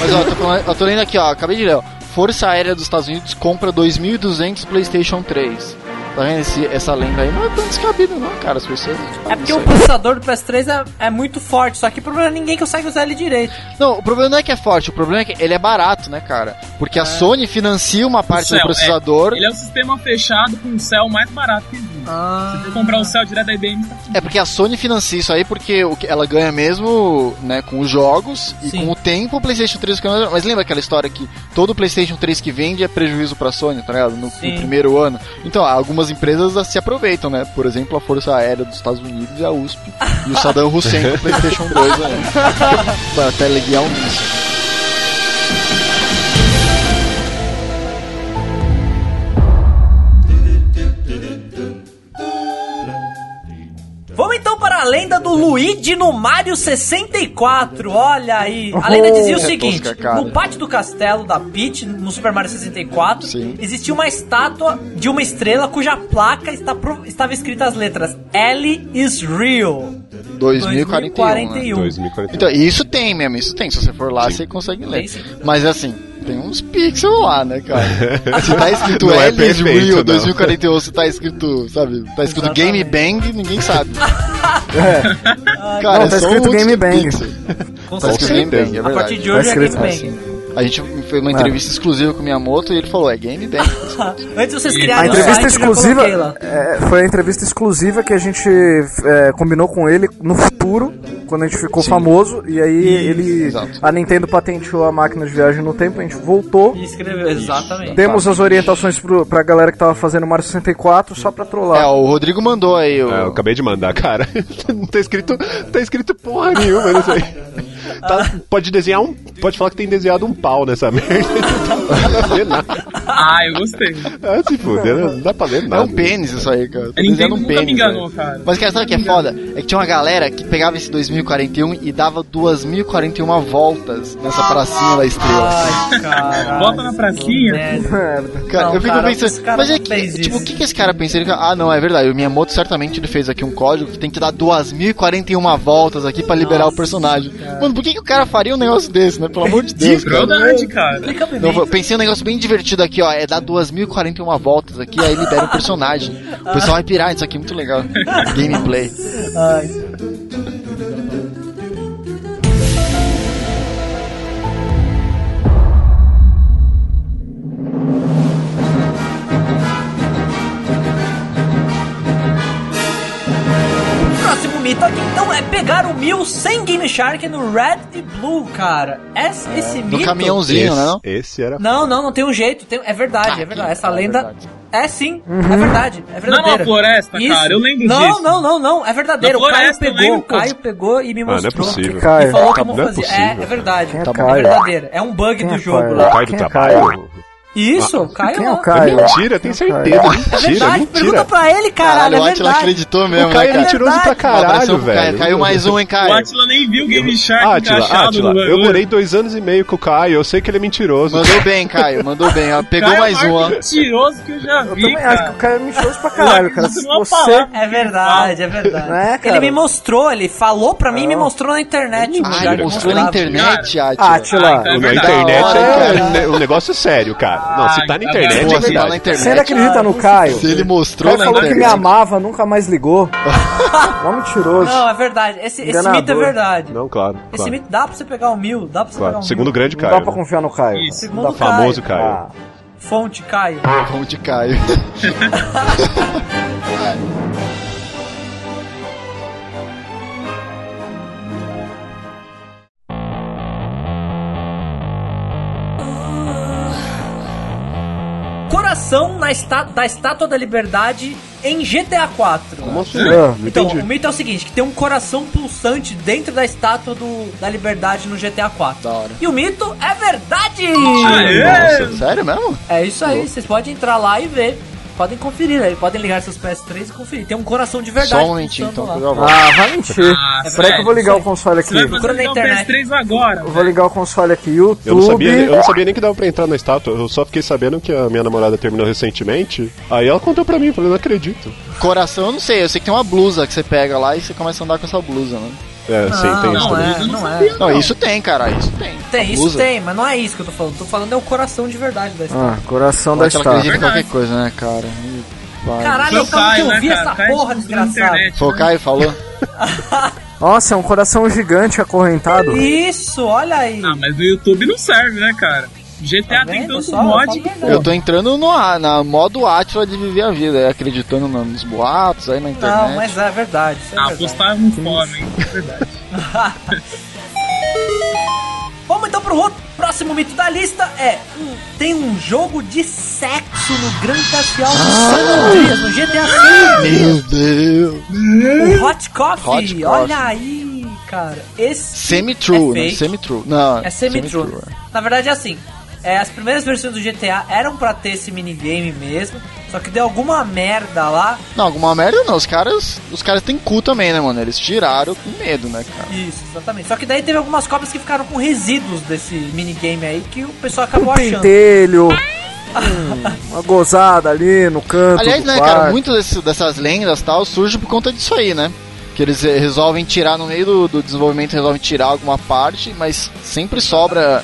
B: Mas ó, eu tô, falando- eu tô lendo aqui, ó, acabei de ler, ó. Força Aérea dos Estados Unidos compra 2.200 PlayStation 3. Tá vendo esse- essa lenda aí? Não é tão descabido, não, cara. As pessoas.
H: É porque o processador do PS3 é, é muito forte, só que o problema é ninguém consegue usar ele direito.
B: Não, o problema não é que é forte, o problema é que ele é barato, né, cara? Porque
H: É.
B: a Sony financia uma parte
C: Cell,
B: do processador.
C: Ele é um sistema fechado com um céu mais barato que existe. Se
H: Ah.
C: for comprar um céu direto da IBM, tá
B: É porque a Sony financia isso aí, porque o que ela ganha mesmo, né, com os jogos e
H: Sim.
B: com o tempo o PlayStation 3 ganha. Mas lembra aquela história que todo PlayStation 3 que vende é prejuízo pra Sony, tá ligado? No, no
H: Sim.
B: primeiro ano. Então, algumas empresas se aproveitam, né? Por exemplo, a Força Aérea dos Estados Unidos e a USP e o Saddam Hussein do PlayStation 2 aí. pra teleguiar um míssil.
H: Vamos então para a lenda do Luigi no Mario 64. Olha aí. A lenda dizia o
B: Oh, é
H: seguinte:
B: tosca, cara.
H: no pátio do castelo da Peach, no Super Mario 64,
B: Sim.
H: existia uma estátua de uma estrela cuja placa está pro- estava escrita as letras L is real.
B: 2041. né?
E: 2041.
B: Então, isso tem mesmo, isso tem. Se você for lá,
E: Sim.
B: você consegue
H: Tem
B: ler.
H: sim.
B: Mas assim, tem uns pixels lá, né, cara? Se tá escrito
E: Não é
B: Alice
E: perfeito,
B: Real
E: não.
B: 2048, se tá escrito, sabe? Tá escrito Game Bang, ninguém sabe. É. Cara,
D: Não, tá escrito
B: um monte
D: Game
B: de
D: Bang.
B: pixel.
H: Com
B: Tá escrito Game
H: certeza.
B: Bang, é
H: A partir de
B: verdade. assim.
H: hoje é Game
D: escrito
H: Bang.
B: A gente fez
E: Ah.
B: uma entrevista exclusiva com o Miyamoto e ele falou, é Game Bang.
H: Antes de vocês
D: A
H: criarem
D: entrevista
H: o site, eu já
D: exclusiva
H: coloquei lá.
D: é, foi a entrevista exclusiva que a gente é, combinou com ele no futuro, quando a gente ficou famoso, e aí ele.
B: exato.
D: A Nintendo patenteou a máquina de viagem no tempo, a gente voltou.
H: E escreveu, exatamente.
D: Demos as orientações pro, pra galera que tava fazendo Mario 64 só pra trollar.
B: É, o Rodrigo mandou aí, o...
E: Ah, eu acabei de mandar, cara. Não tá escrito, tá escrito porra nenhuma nisso aí. Tá- pode desenhar um. Pode falar que tem desenhado um pau nessa merda. Não dá pra ler nada.
C: Ah, eu gostei.
E: Ah, se fuder, não dá pra ler
B: É
E: nada.
B: um pênis isso aí, cara. Tô
C: A Nintendo
B: desenhando um
C: nunca
B: pênis.
C: me enganou,
B: velho.
C: cara.
B: Mas, cara, sabe o que é foda? É que tinha uma galera que pegava esse 2041 e dava 2041 voltas nessa pracinha da estrela.
H: Ai, cara.
C: Bota na pracinha.
H: né?
D: Merda.
B: Cara,
H: Não,
B: eu fico
H: cara, os
B: pensando,
H: caras
B: mas é
H: não fez
B: que, tipo,
H: isso.
B: o que, que esse cara pensa? Ele, fala, ah, não, é verdade, o Miyamoto certamente ele fez aqui um código que tem que dar 2041 voltas aqui pra liberar o personagem. Mano, por que, que o cara faria um negócio desse, né? Pelo amor de Deus,
H: é
B: cara.
C: Crueldade, cara.
H: Explica pra
B: Não,
H: mim.
B: eu pensei um negócio bem divertido aqui, ó. É dar 2041 voltas aqui, aí libera o personagem. O pessoal vai pirar, isso aqui é muito legal. Gameplay.
H: Ai. O próximo mito aqui, então, é pegar o Mil sem Game Shark no Red e Blue, cara. Esse, esse mito...
B: É. No caminhãozinho, né?
E: Esse,
B: não?
E: esse era.
H: Não, não, não tem um jeito. tem- É verdade, é verdade. Essa
B: é
H: lenda...
B: verdade.
H: É sim, é verdade, é
C: Não,
H: verdadeira.
C: na floresta,
H: Isso.
C: cara. Eu lembro
H: não,
C: disso.
H: Não, não, não, é verdadeiro.
C: Na
H: O Caio
C: floresta, eu
H: pegou, o
C: lembro, pô.
H: Caio pegou e me
E: Ah, não é
H: mostrou.
E: possível.
D: Que cara.
H: E falou como
E: Não é
H: fazer. É,
E: possível.
H: é verdade.
D: Quem é
H: É,
D: Caio?
H: verdadeiro. É um bug
D: Quem
H: do
D: é
H: jogo
D: Caio?
E: O
H: lá.
E: Caio do trabalho.
H: Isso, o Caio
D: Quem é
H: lá.
D: o
E: É
D: Caio?
E: mentira, tem certeza.
H: É
E: Mentira,
H: verdade, pergunta
E: mentira.
H: pra ele, caralho.
B: Caralho, o
H: é
B: Atila
H: verdade.
B: acreditou mesmo,
E: O Caio é
B: né, cara?
E: mentiroso pra
B: Apareceu
E: caralho,
B: pro Caio,
E: velho.
B: Caiu mais um, hein,
C: O
B: Caio?
C: Atila nem viu o Game Shark
E: Atila,
C: encaixado
E: Atila,
C: no
E: eu
C: bagulho.
E: morei dois anos e meio com o Caio, eu sei que ele é mentiroso.
B: Mandou bem, Caio, mandou bem. ó. Pegou
C: Cara, é o
B: mais um,
C: maior
B: ó.
C: mentiroso que eu já
D: Eu
C: vi,
D: também
C: cara.
D: acho que o Caio é mentiroso pra caralho, cara. Se
C: Isso não é uma
D: você.
C: palavra.
H: É verdade, é verdade.
D: Né, cara?
H: ele me mostrou, ele falou pra mim e me mostrou na internet. um
E: Ah,
H: lugar
B: Ah, ele
H: que
B: mostrou
H: mostrava.
B: na internet, Atila.
D: Ah, Atila.
C: Ah, então é
E: Na
C: verdade.
E: internet
B: Da hora,
E: é um ne- um negócio sério, cara. cara. Não, se tá na
C: Ah,
E: internet,
C: agora-
E: é
B: Pô, se tá na
E: verdade.
B: internet.
D: Você ainda acredita no Caio?
B: Se ele
D: O
B: mostrou
D: Caio
B: na
D: falou que me
B: internet.
D: amava, nunca mais ligou. Não mentiroso.
H: Não, é verdade. Esse, esse
D: Enganador.
H: mito é verdade.
E: Não, claro.
H: Esse
E: claro,
H: mito dá pra você pegar o mil, dá pra você
E: claro.
H: pegar o
E: Segundo o
H: mil.
E: grande
D: Não
E: Caio.
D: dá pra confiar no Caio.
C: Isso,
D: Não dá
E: O
H: segundo
E: famoso
H: Caio.
E: Caio.
D: pra- Ah,
H: Fonte Caio.
B: Fonte Caio.
H: Coração na esta- da Estátua da Liberdade em GTA IV.
E: Como assim?
D: Ah,
E: Não
H: Então,
E: entendi.
H: o mito é o seguinte, que tem um coração pulsante dentro da estátua do, da liberdade no GTA IV.
B: Da hora.
H: E o mito é verdade!
B: é? Nossa, sério mesmo?
H: É isso aí, vocês podem entrar lá e ver. Podem conferir aí, podem ligar seus PS3 e conferir. Tem um coração de verdade
B: Só um momentinho,
H: pulsando
B: então,
H: lá.
B: que eu já volto.
D: ah, vai mentir.
C: Ah,
D: Será que eu vou ligar o console aqui?
C: Você vai
H: Procura
C: fazer então
H: na
C: ligar o
H: internet.
C: PS3 agora.
D: Eu vou ligar o console aqui. YouTube.
E: Eu não, sabia, eu não sabia nem que dava pra entrar na estátua, eu só fiquei sabendo que a minha namorada terminou recentemente. Aí ela contou pra mim, eu falei, não acredito.
B: Coração, eu não sei. Eu sei que tem uma blusa que você pega lá e você começa a andar com essa blusa, né?
E: É, sim, tem isso
H: Ah, Não, não
E: também.
H: é, não é.
B: Não, isso tem, cara. Isso tem.
H: Tem, isso
B: Blusa.
H: tem, mas não é isso que eu tô falando. Tô falando é o coração de verdade da estátua.
D: Ah, coração da
B: Pode ela
D: estátua.
B: acredita em qualquer coisa, né, cara? Ih, vai.
H: Caralho, eu
C: Seu
H: tava Então, que
C: Caio,
H: eu
C: né,
H: vi
C: cara?
H: essa
C: Caio
H: porra
C: descobriu na
H: desgraçada.
C: internet,
B: Foi o
C: né?
B: Caio que falou?
D: Nossa, é um coração gigante acorrentado.
H: Isso, olha aí.
C: Ah, mas no YouTube não serve, né, cara? GTA tem
H: Tá vendo
C: tanto
H: só? Eu
C: mod
H: falo
C: que...
H: verdade.
B: Eu tô entrando no, a- na modo Atila de viver a vida, é, acreditando no- nos boatos aí na internet.
H: Não, mas é verdade. Isso é
C: Ah,
H: verdade.
C: postava no fórum, hein? Verdade.
H: Vamos então pro outro. próximo mito da lista é um- tem um jogo de sexo no Gran Cafial de
B: Ah!
H: San Andreas, no GTA V.
B: Meu Deus!
H: O Hot Coffee.
B: Coffee.
H: Olha aí, cara. Esse
B: Semi-true,
H: é
B: né?
H: fake.
B: Semi-true. Não,
H: É semi-true. Na verdade é assim. é, as primeiras versões do GTA eram pra ter esse minigame mesmo, só que deu alguma merda lá.
B: Não, alguma merda não. Os caras, os caras têm cu também, né, mano? Eles tiraram com medo, né, cara?
H: Isso, exatamente. Só que daí teve algumas cópias que ficaram com resíduos desse minigame aí que o pessoal acabou
D: Um
H: achando.
D: pentelho. uma gozada ali no canto.
B: Aliás,
D: do
B: né,
D: quarto.
B: cara, muitas desse- dessas lendas tal surge por conta disso aí, né? Que eles eh, resolvem tirar no meio do, do desenvolvimento, resolvem tirar alguma parte, mas sempre sobra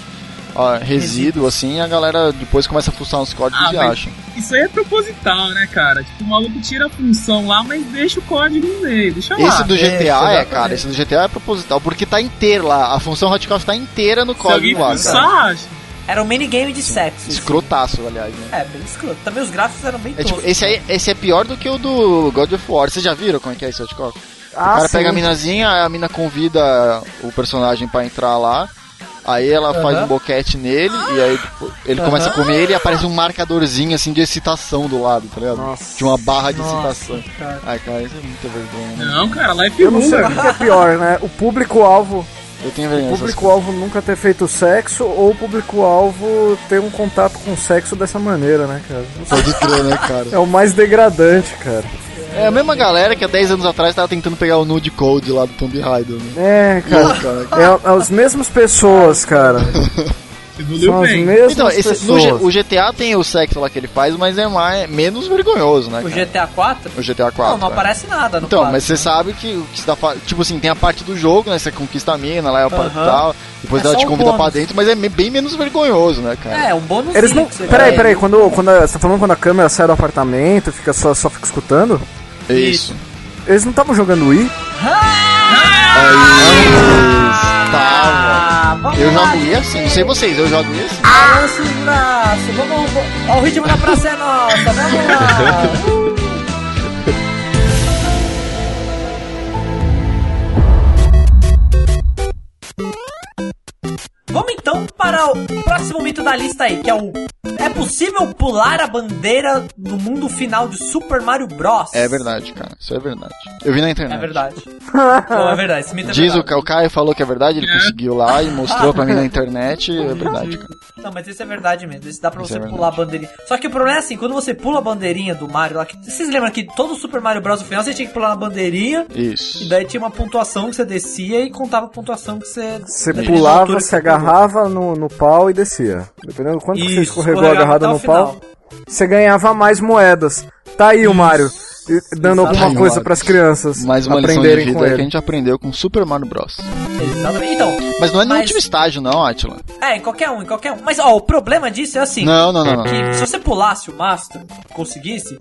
B: ó, resíduo, assim, e a galera depois começa a fuçar nos códigos
C: Ah,
B: e
C: mas-
B: acha.
C: Isso aí é proposital, né, cara? Tipo, o maluco tira a função lá, mas deixa o código no meio. Deixa lá.
B: Esse do GTA é,
C: né?
H: exatamente.
B: cara, esse do GTA é proposital, porque tá inteiro lá, a função Hot Coffee tá inteira no
C: Se alguém
B: código lá, cara.
C: pulsar, acha.
H: Era um minigame de sexo. isso.
B: Escrotaço, aliás, né?
H: É, bem escroto. Também os gráficos eram bem
B: É tipo,
H: toscos.
B: esse, aí, esse é pior do que o do God of War. Vocês já viram como é que é esse Hot Coffee? o
D: Ah,
B: cara
D: sim.
B: pega a minazinha, a mina convida o personagem pra entrar lá, aí ela faz um boquete nele, e aí tipo, ele começa a comer ele e aparece um marcadorzinho assim de excitação do lado, tá ligado?
D: Nossa.
B: De uma barra de
H: Nossa,
B: excitação.
H: cara.
B: Ai, cara, isso é muita vergonha. né?
C: Não, cara, lá é
D: Eu não sei
C: pirula.
D: o que que é pior, né? O público-alvo.
B: Eu tenho
D: O
B: vergonha. dessas
D: público-alvo nunca ter feito sexo ou o público-alvo ter um contato com sexo dessa maneira, né, cara? Não sei.
B: coisas. Pode crer, né, cara?
D: É o mais degradante, cara.
B: É a mesma galera que há 10 anos atrás tava tentando pegar o nude code lá do Tomb Raider, né?
D: É, cara.
B: Cara,
D: É, é as mesmas pessoas, cara.
C: Evoluiu
D: São as
C: bem.
D: mesmas
B: Então, esse, no,
D: pessoas.
B: G- o GTA tem o sexo lá que ele faz, mas é mais, menos vergonhoso, né?
H: O
B: cara?
H: GTA 4?
B: O GTA 4.
H: Não, não
B: é.
H: aparece nada no
B: Então,
H: 4.
B: mas você sabe que o que você tá fa- Tipo assim, tem a parte do jogo, né? Você conquista a mina lá e
H: Aham.
B: tal. Depois
H: É
B: ela
H: só
B: te
H: um
B: convida pra
H: bônus.
B: dentro, mas é me- bem menos vergonhoso, né, cara?
H: É, um bônus.
D: Eles não. Peraí,
B: É.
D: peraí. Quando, quando a- você tá falando quando a câmera sai do apartamento, fica só, só fica escutando?
B: É isso.
D: Eles não estavam jogando Wii?
B: Tá,
H: Ah, vamos
B: velho. Eu
H: lá,
B: jogo ia assim, não sei vocês, eu jogo ia assim.
H: balança os braços. Vamos, vamos. Ó, o ritmo da praça é nossa. Vamos lá. Uh. Vamos então para o próximo mito da lista aí, que é o. É possível pular a bandeira no mundo final de Super Mario Bros.
B: É verdade, cara. Isso é verdade. Eu vi na internet.
H: É verdade. Não, é verdade. Esse mito é
B: Diz o,
H: verdade.
B: Ca- o Caio falou que é verdade, ele conseguiu lá e mostrou pra mim na internet. É verdade, cara.
H: Não, mas isso é verdade mesmo. Isso dá pra
B: Isso
H: você
B: é
H: pular a bandeirinha. Só que o problema é assim, quando você pula a bandeirinha do Mario lá, que- vocês lembram que todo Super Mario Bros. no final você tinha que pular na bandeirinha
B: Isso.
H: e daí tinha uma pontuação que você descia e contava a pontuação que você.
D: Você
H: daquele
D: pulava,
H: altura que
D: se
H: você pulou.
D: agarrava no, no pau e descia. Dependendo do quanto que você
H: Isso,
D: escorregou
H: escorregava
D: agarrado
H: até o
D: no pau, você ganhava mais moedas. Tá aí o Mario. dando alguma
B: Exatamente.
D: coisa pras crianças
B: Mais uma lição de
D: aprenderem
B: vida
D: com
B: que a
D: ele.
B: gente aprendeu com Super Mario Bros.
H: Exatamente. Então,
B: Mas não é no
H: Mas-
B: último estágio, não, Atila.
H: é, em qualquer um, em qualquer um. Mas, ó, o problema disso é assim.
B: Não, não, não, não.
H: Que se você pulasse o mastro, conseguisse,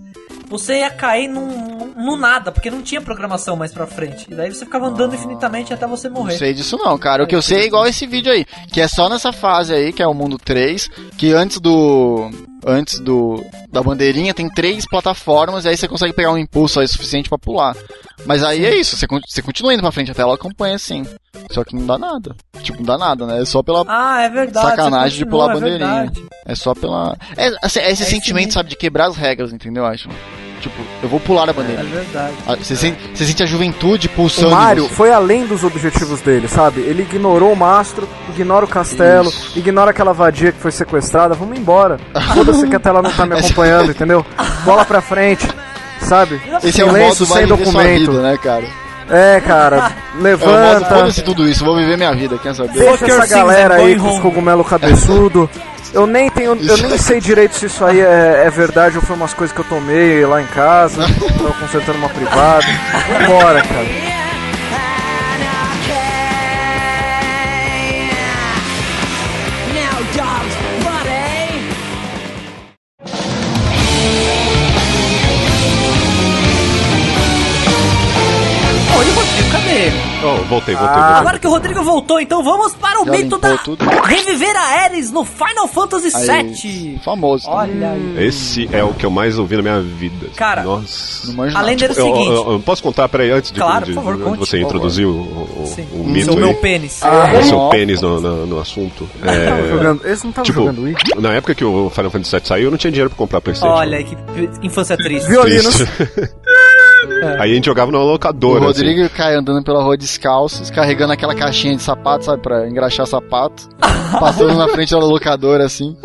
H: você ia cair num, no nada, porque não tinha programação mais pra frente. E daí você ficava andando infinitamente até você
B: Ah, Não
H: morrer.
B: sei disso não, cara. O que eu sei é igual esse vídeo aí, que é só nessa fase aí, que é o mundo 3, que antes do antes do da bandeirinha tem três plataformas e aí você consegue pegar um impulso aí suficiente pra pular. Mas aí é isso, você, con- você continua indo pra frente até ela acompanha assim. Só que não dá nada. Tipo, não dá nada, né? É só pela
H: Ah, é verdade.
B: Sacanagem
H: você
B: de pular a
H: continua, é
B: bandeirinha.
H: verdade.
B: É só pela. É, assim, é esse
H: É
B: sentimento,
H: esse
B: sabe, de quebrar as regras, entendeu? Eu Acho. Tipo, eu vou pular a
H: É
B: bandeira.
H: verdade.
B: Ah, Você sente, você sente a juventude
D: O
B: pulsando. em
D: Mario
B: você.
D: foi além dos objetivos dele, sabe? Ele ignorou o mastro, ignora o castelo,
B: Isso.
D: ignora aquela vadia que foi sequestrada. Vamos embora. Foda-se que a tela não tá me
B: Essa-
D: acompanhando, entendeu? Bola pra frente, sabe?
B: Esse é o modo
D: Silêncio
B: vai
D: sem
B: viver sua
D: documento.
B: vida, né, cara?
D: É, cara.
B: É o modo
D: Levanta.
B: foda-se tudo isso, vou viver minha vida, quer saber?
D: Deixa
H: Fuck your
D: essa
H: things
D: galera
H: and
D: aí
H: go
D: com os
H: home.
D: cogumelos cabeçudo. Eu nem tenho. Eu
B: Isso.
D: nem sei direito se isso aí é, é verdade ou foi umas coisas que eu tomei lá em casa. Tava consertando uma privada. Vambora, cara.
A: Now dogs buddy.
H: Ô, e o Rodrigo, cadê ele?
E: Oh, voltei, voltei,
D: Ah.
E: voltei.
H: Agora que o Rodrigo voltou, então vamos para o
B: Já
H: mito
B: limpou
H: da.
B: tudo?
H: Reviver a Ares no Final Fantasy
B: Aí,
H: VII.
B: Famoso. né?
H: Olha aí.
E: Esse é o que eu mais ouvi na minha vida.
H: Cara,
E: Nossa.
B: Não manjo
H: Além
B: nada.
H: dele é o
E: Eu,
H: seguinte.
E: eu- eu posso contar, peraí, antes de,
H: Claro,
E: de-
H: por favor,
E: de
H: conte,
E: você
H: por
E: introduzir o, o,
H: Sim.
E: o mito
H: Sou
E: aí,
H: meu pênis.
B: Ah,
H: Tá
E: o seu pênis no, no- no assunto. É,
D: Tava jogando- Eles não estavam
E: tipo,
D: jogando Wii.
E: na época que o Final Fantasy VII saiu, eu não tinha dinheiro pra comprar Playstation.
H: Olha aí, que p- infância triste.
D: Violinos.
H: É.
E: Aí a gente jogava numa
B: O
E: locadora. assim.
B: Rodrigo cai andando pela rua descalços, carregando aquela caixinha de sapato, sabe, pra engraxar sapato. passando na frente da locadora, assim,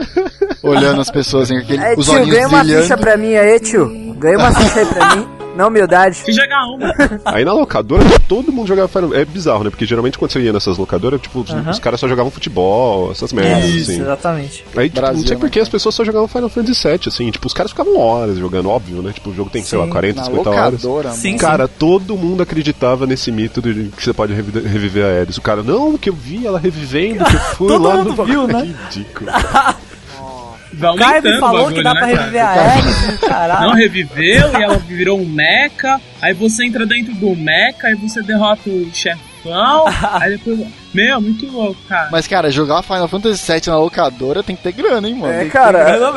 B: olhando as pessoas, assim, com aquele,
I: É,
B: os
I: tio,
B: olhinhos
I: ganha uma
B: brilhando.
I: ficha pra mim aí, tio. Ganha uma ficha aí pra mim. Na humildade.
C: Fiz H1, mano.
E: assim. Aí na locadora todo mundo jogava Final É bizarro, né? Porque geralmente quando você ia nessas locadoras, tipo, os, os caras só jogavam futebol, essas merdas,
H: Isso,
E: assim.
H: exatamente.
E: Aí, tipo,
B: Brasil,
E: não sei
B: né,
E: por que as pessoas só jogavam Final Fantasy VII, assim. Tipo, os caras ficavam horas jogando, óbvio, né? Tipo, o jogo tem, sei lá, 40,
B: Na
E: 50 horas.
B: locadora, mano.
H: Sim,
E: Cara, todo mundo acreditava nesse mito de que você pode reviver, reviver a Ares. O cara, não, que eu vi ela revivendo, que eu fui
H: Todo
E: lá
H: mundo
E: no...
H: viu, né?
E: Ridículo.
C: Vai
H: O
C: aumentando
H: Carve
C: o
H: falou
C: bagulho,
H: que dá
C: né,
H: pra
C: cara?
H: reviver a Ares, caralho.
C: Não reviveu e ela virou um meca. Aí você entra dentro do meca aí você derrota o chefão. aí depois. Meu, muito louco, cara.
B: Mas, cara, jogar Final Fantasy VII na locadora tem que ter grana, hein, mano?
D: É, cara.
B: Era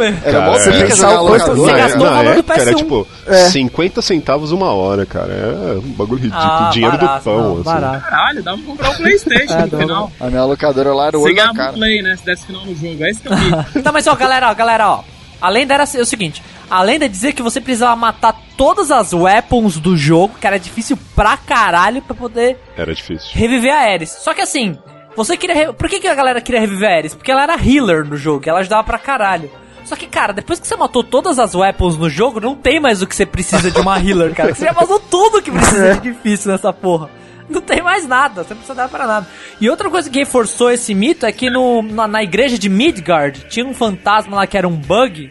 B: mó
E: Cara,
B: pica
D: é.
B: jogar na
D: Você gastou-
B: locadora.
H: você gastou
E: na
H: o valor do
E: época era
H: PS1.
E: tipo
H: É.
E: 50 centavos uma hora, cara. É um bagulho ridículo. Dinheiro do pão, assim.
H: Ah, barato.
C: Caralho, dá pra comprar o Playstation
H: É,
C: no
H: dá
C: final.
B: A minha locadora lá era o
C: Você
B: olho da
C: ganhava
B: cara.
C: o play, né? Se desse final no jogo. É isso que eu vi.
H: Tá, mas ó, galera, ó, galera, ó. A lenda era o seguinte: a lenda dizia que você precisava matar todas as weapons do jogo, que era difícil pra caralho, pra poder
E: Era difícil.
H: reviver a Ares. Só que assim, você queria. re- Por que, que a galera queria reviver a Ares? Porque ela era healer no jogo, ela ajudava pra caralho. Só que, cara, depois que você matou todas as weapons no jogo, não tem mais o que você precisa de uma healer, cara. Você já vazou tudo que precisa de difícil nessa porra. Não tem mais nada, você não precisa dar pra nada. E outra coisa que reforçou esse mito é que no, na, na igreja de Midgard tinha um fantasma lá que era um bug.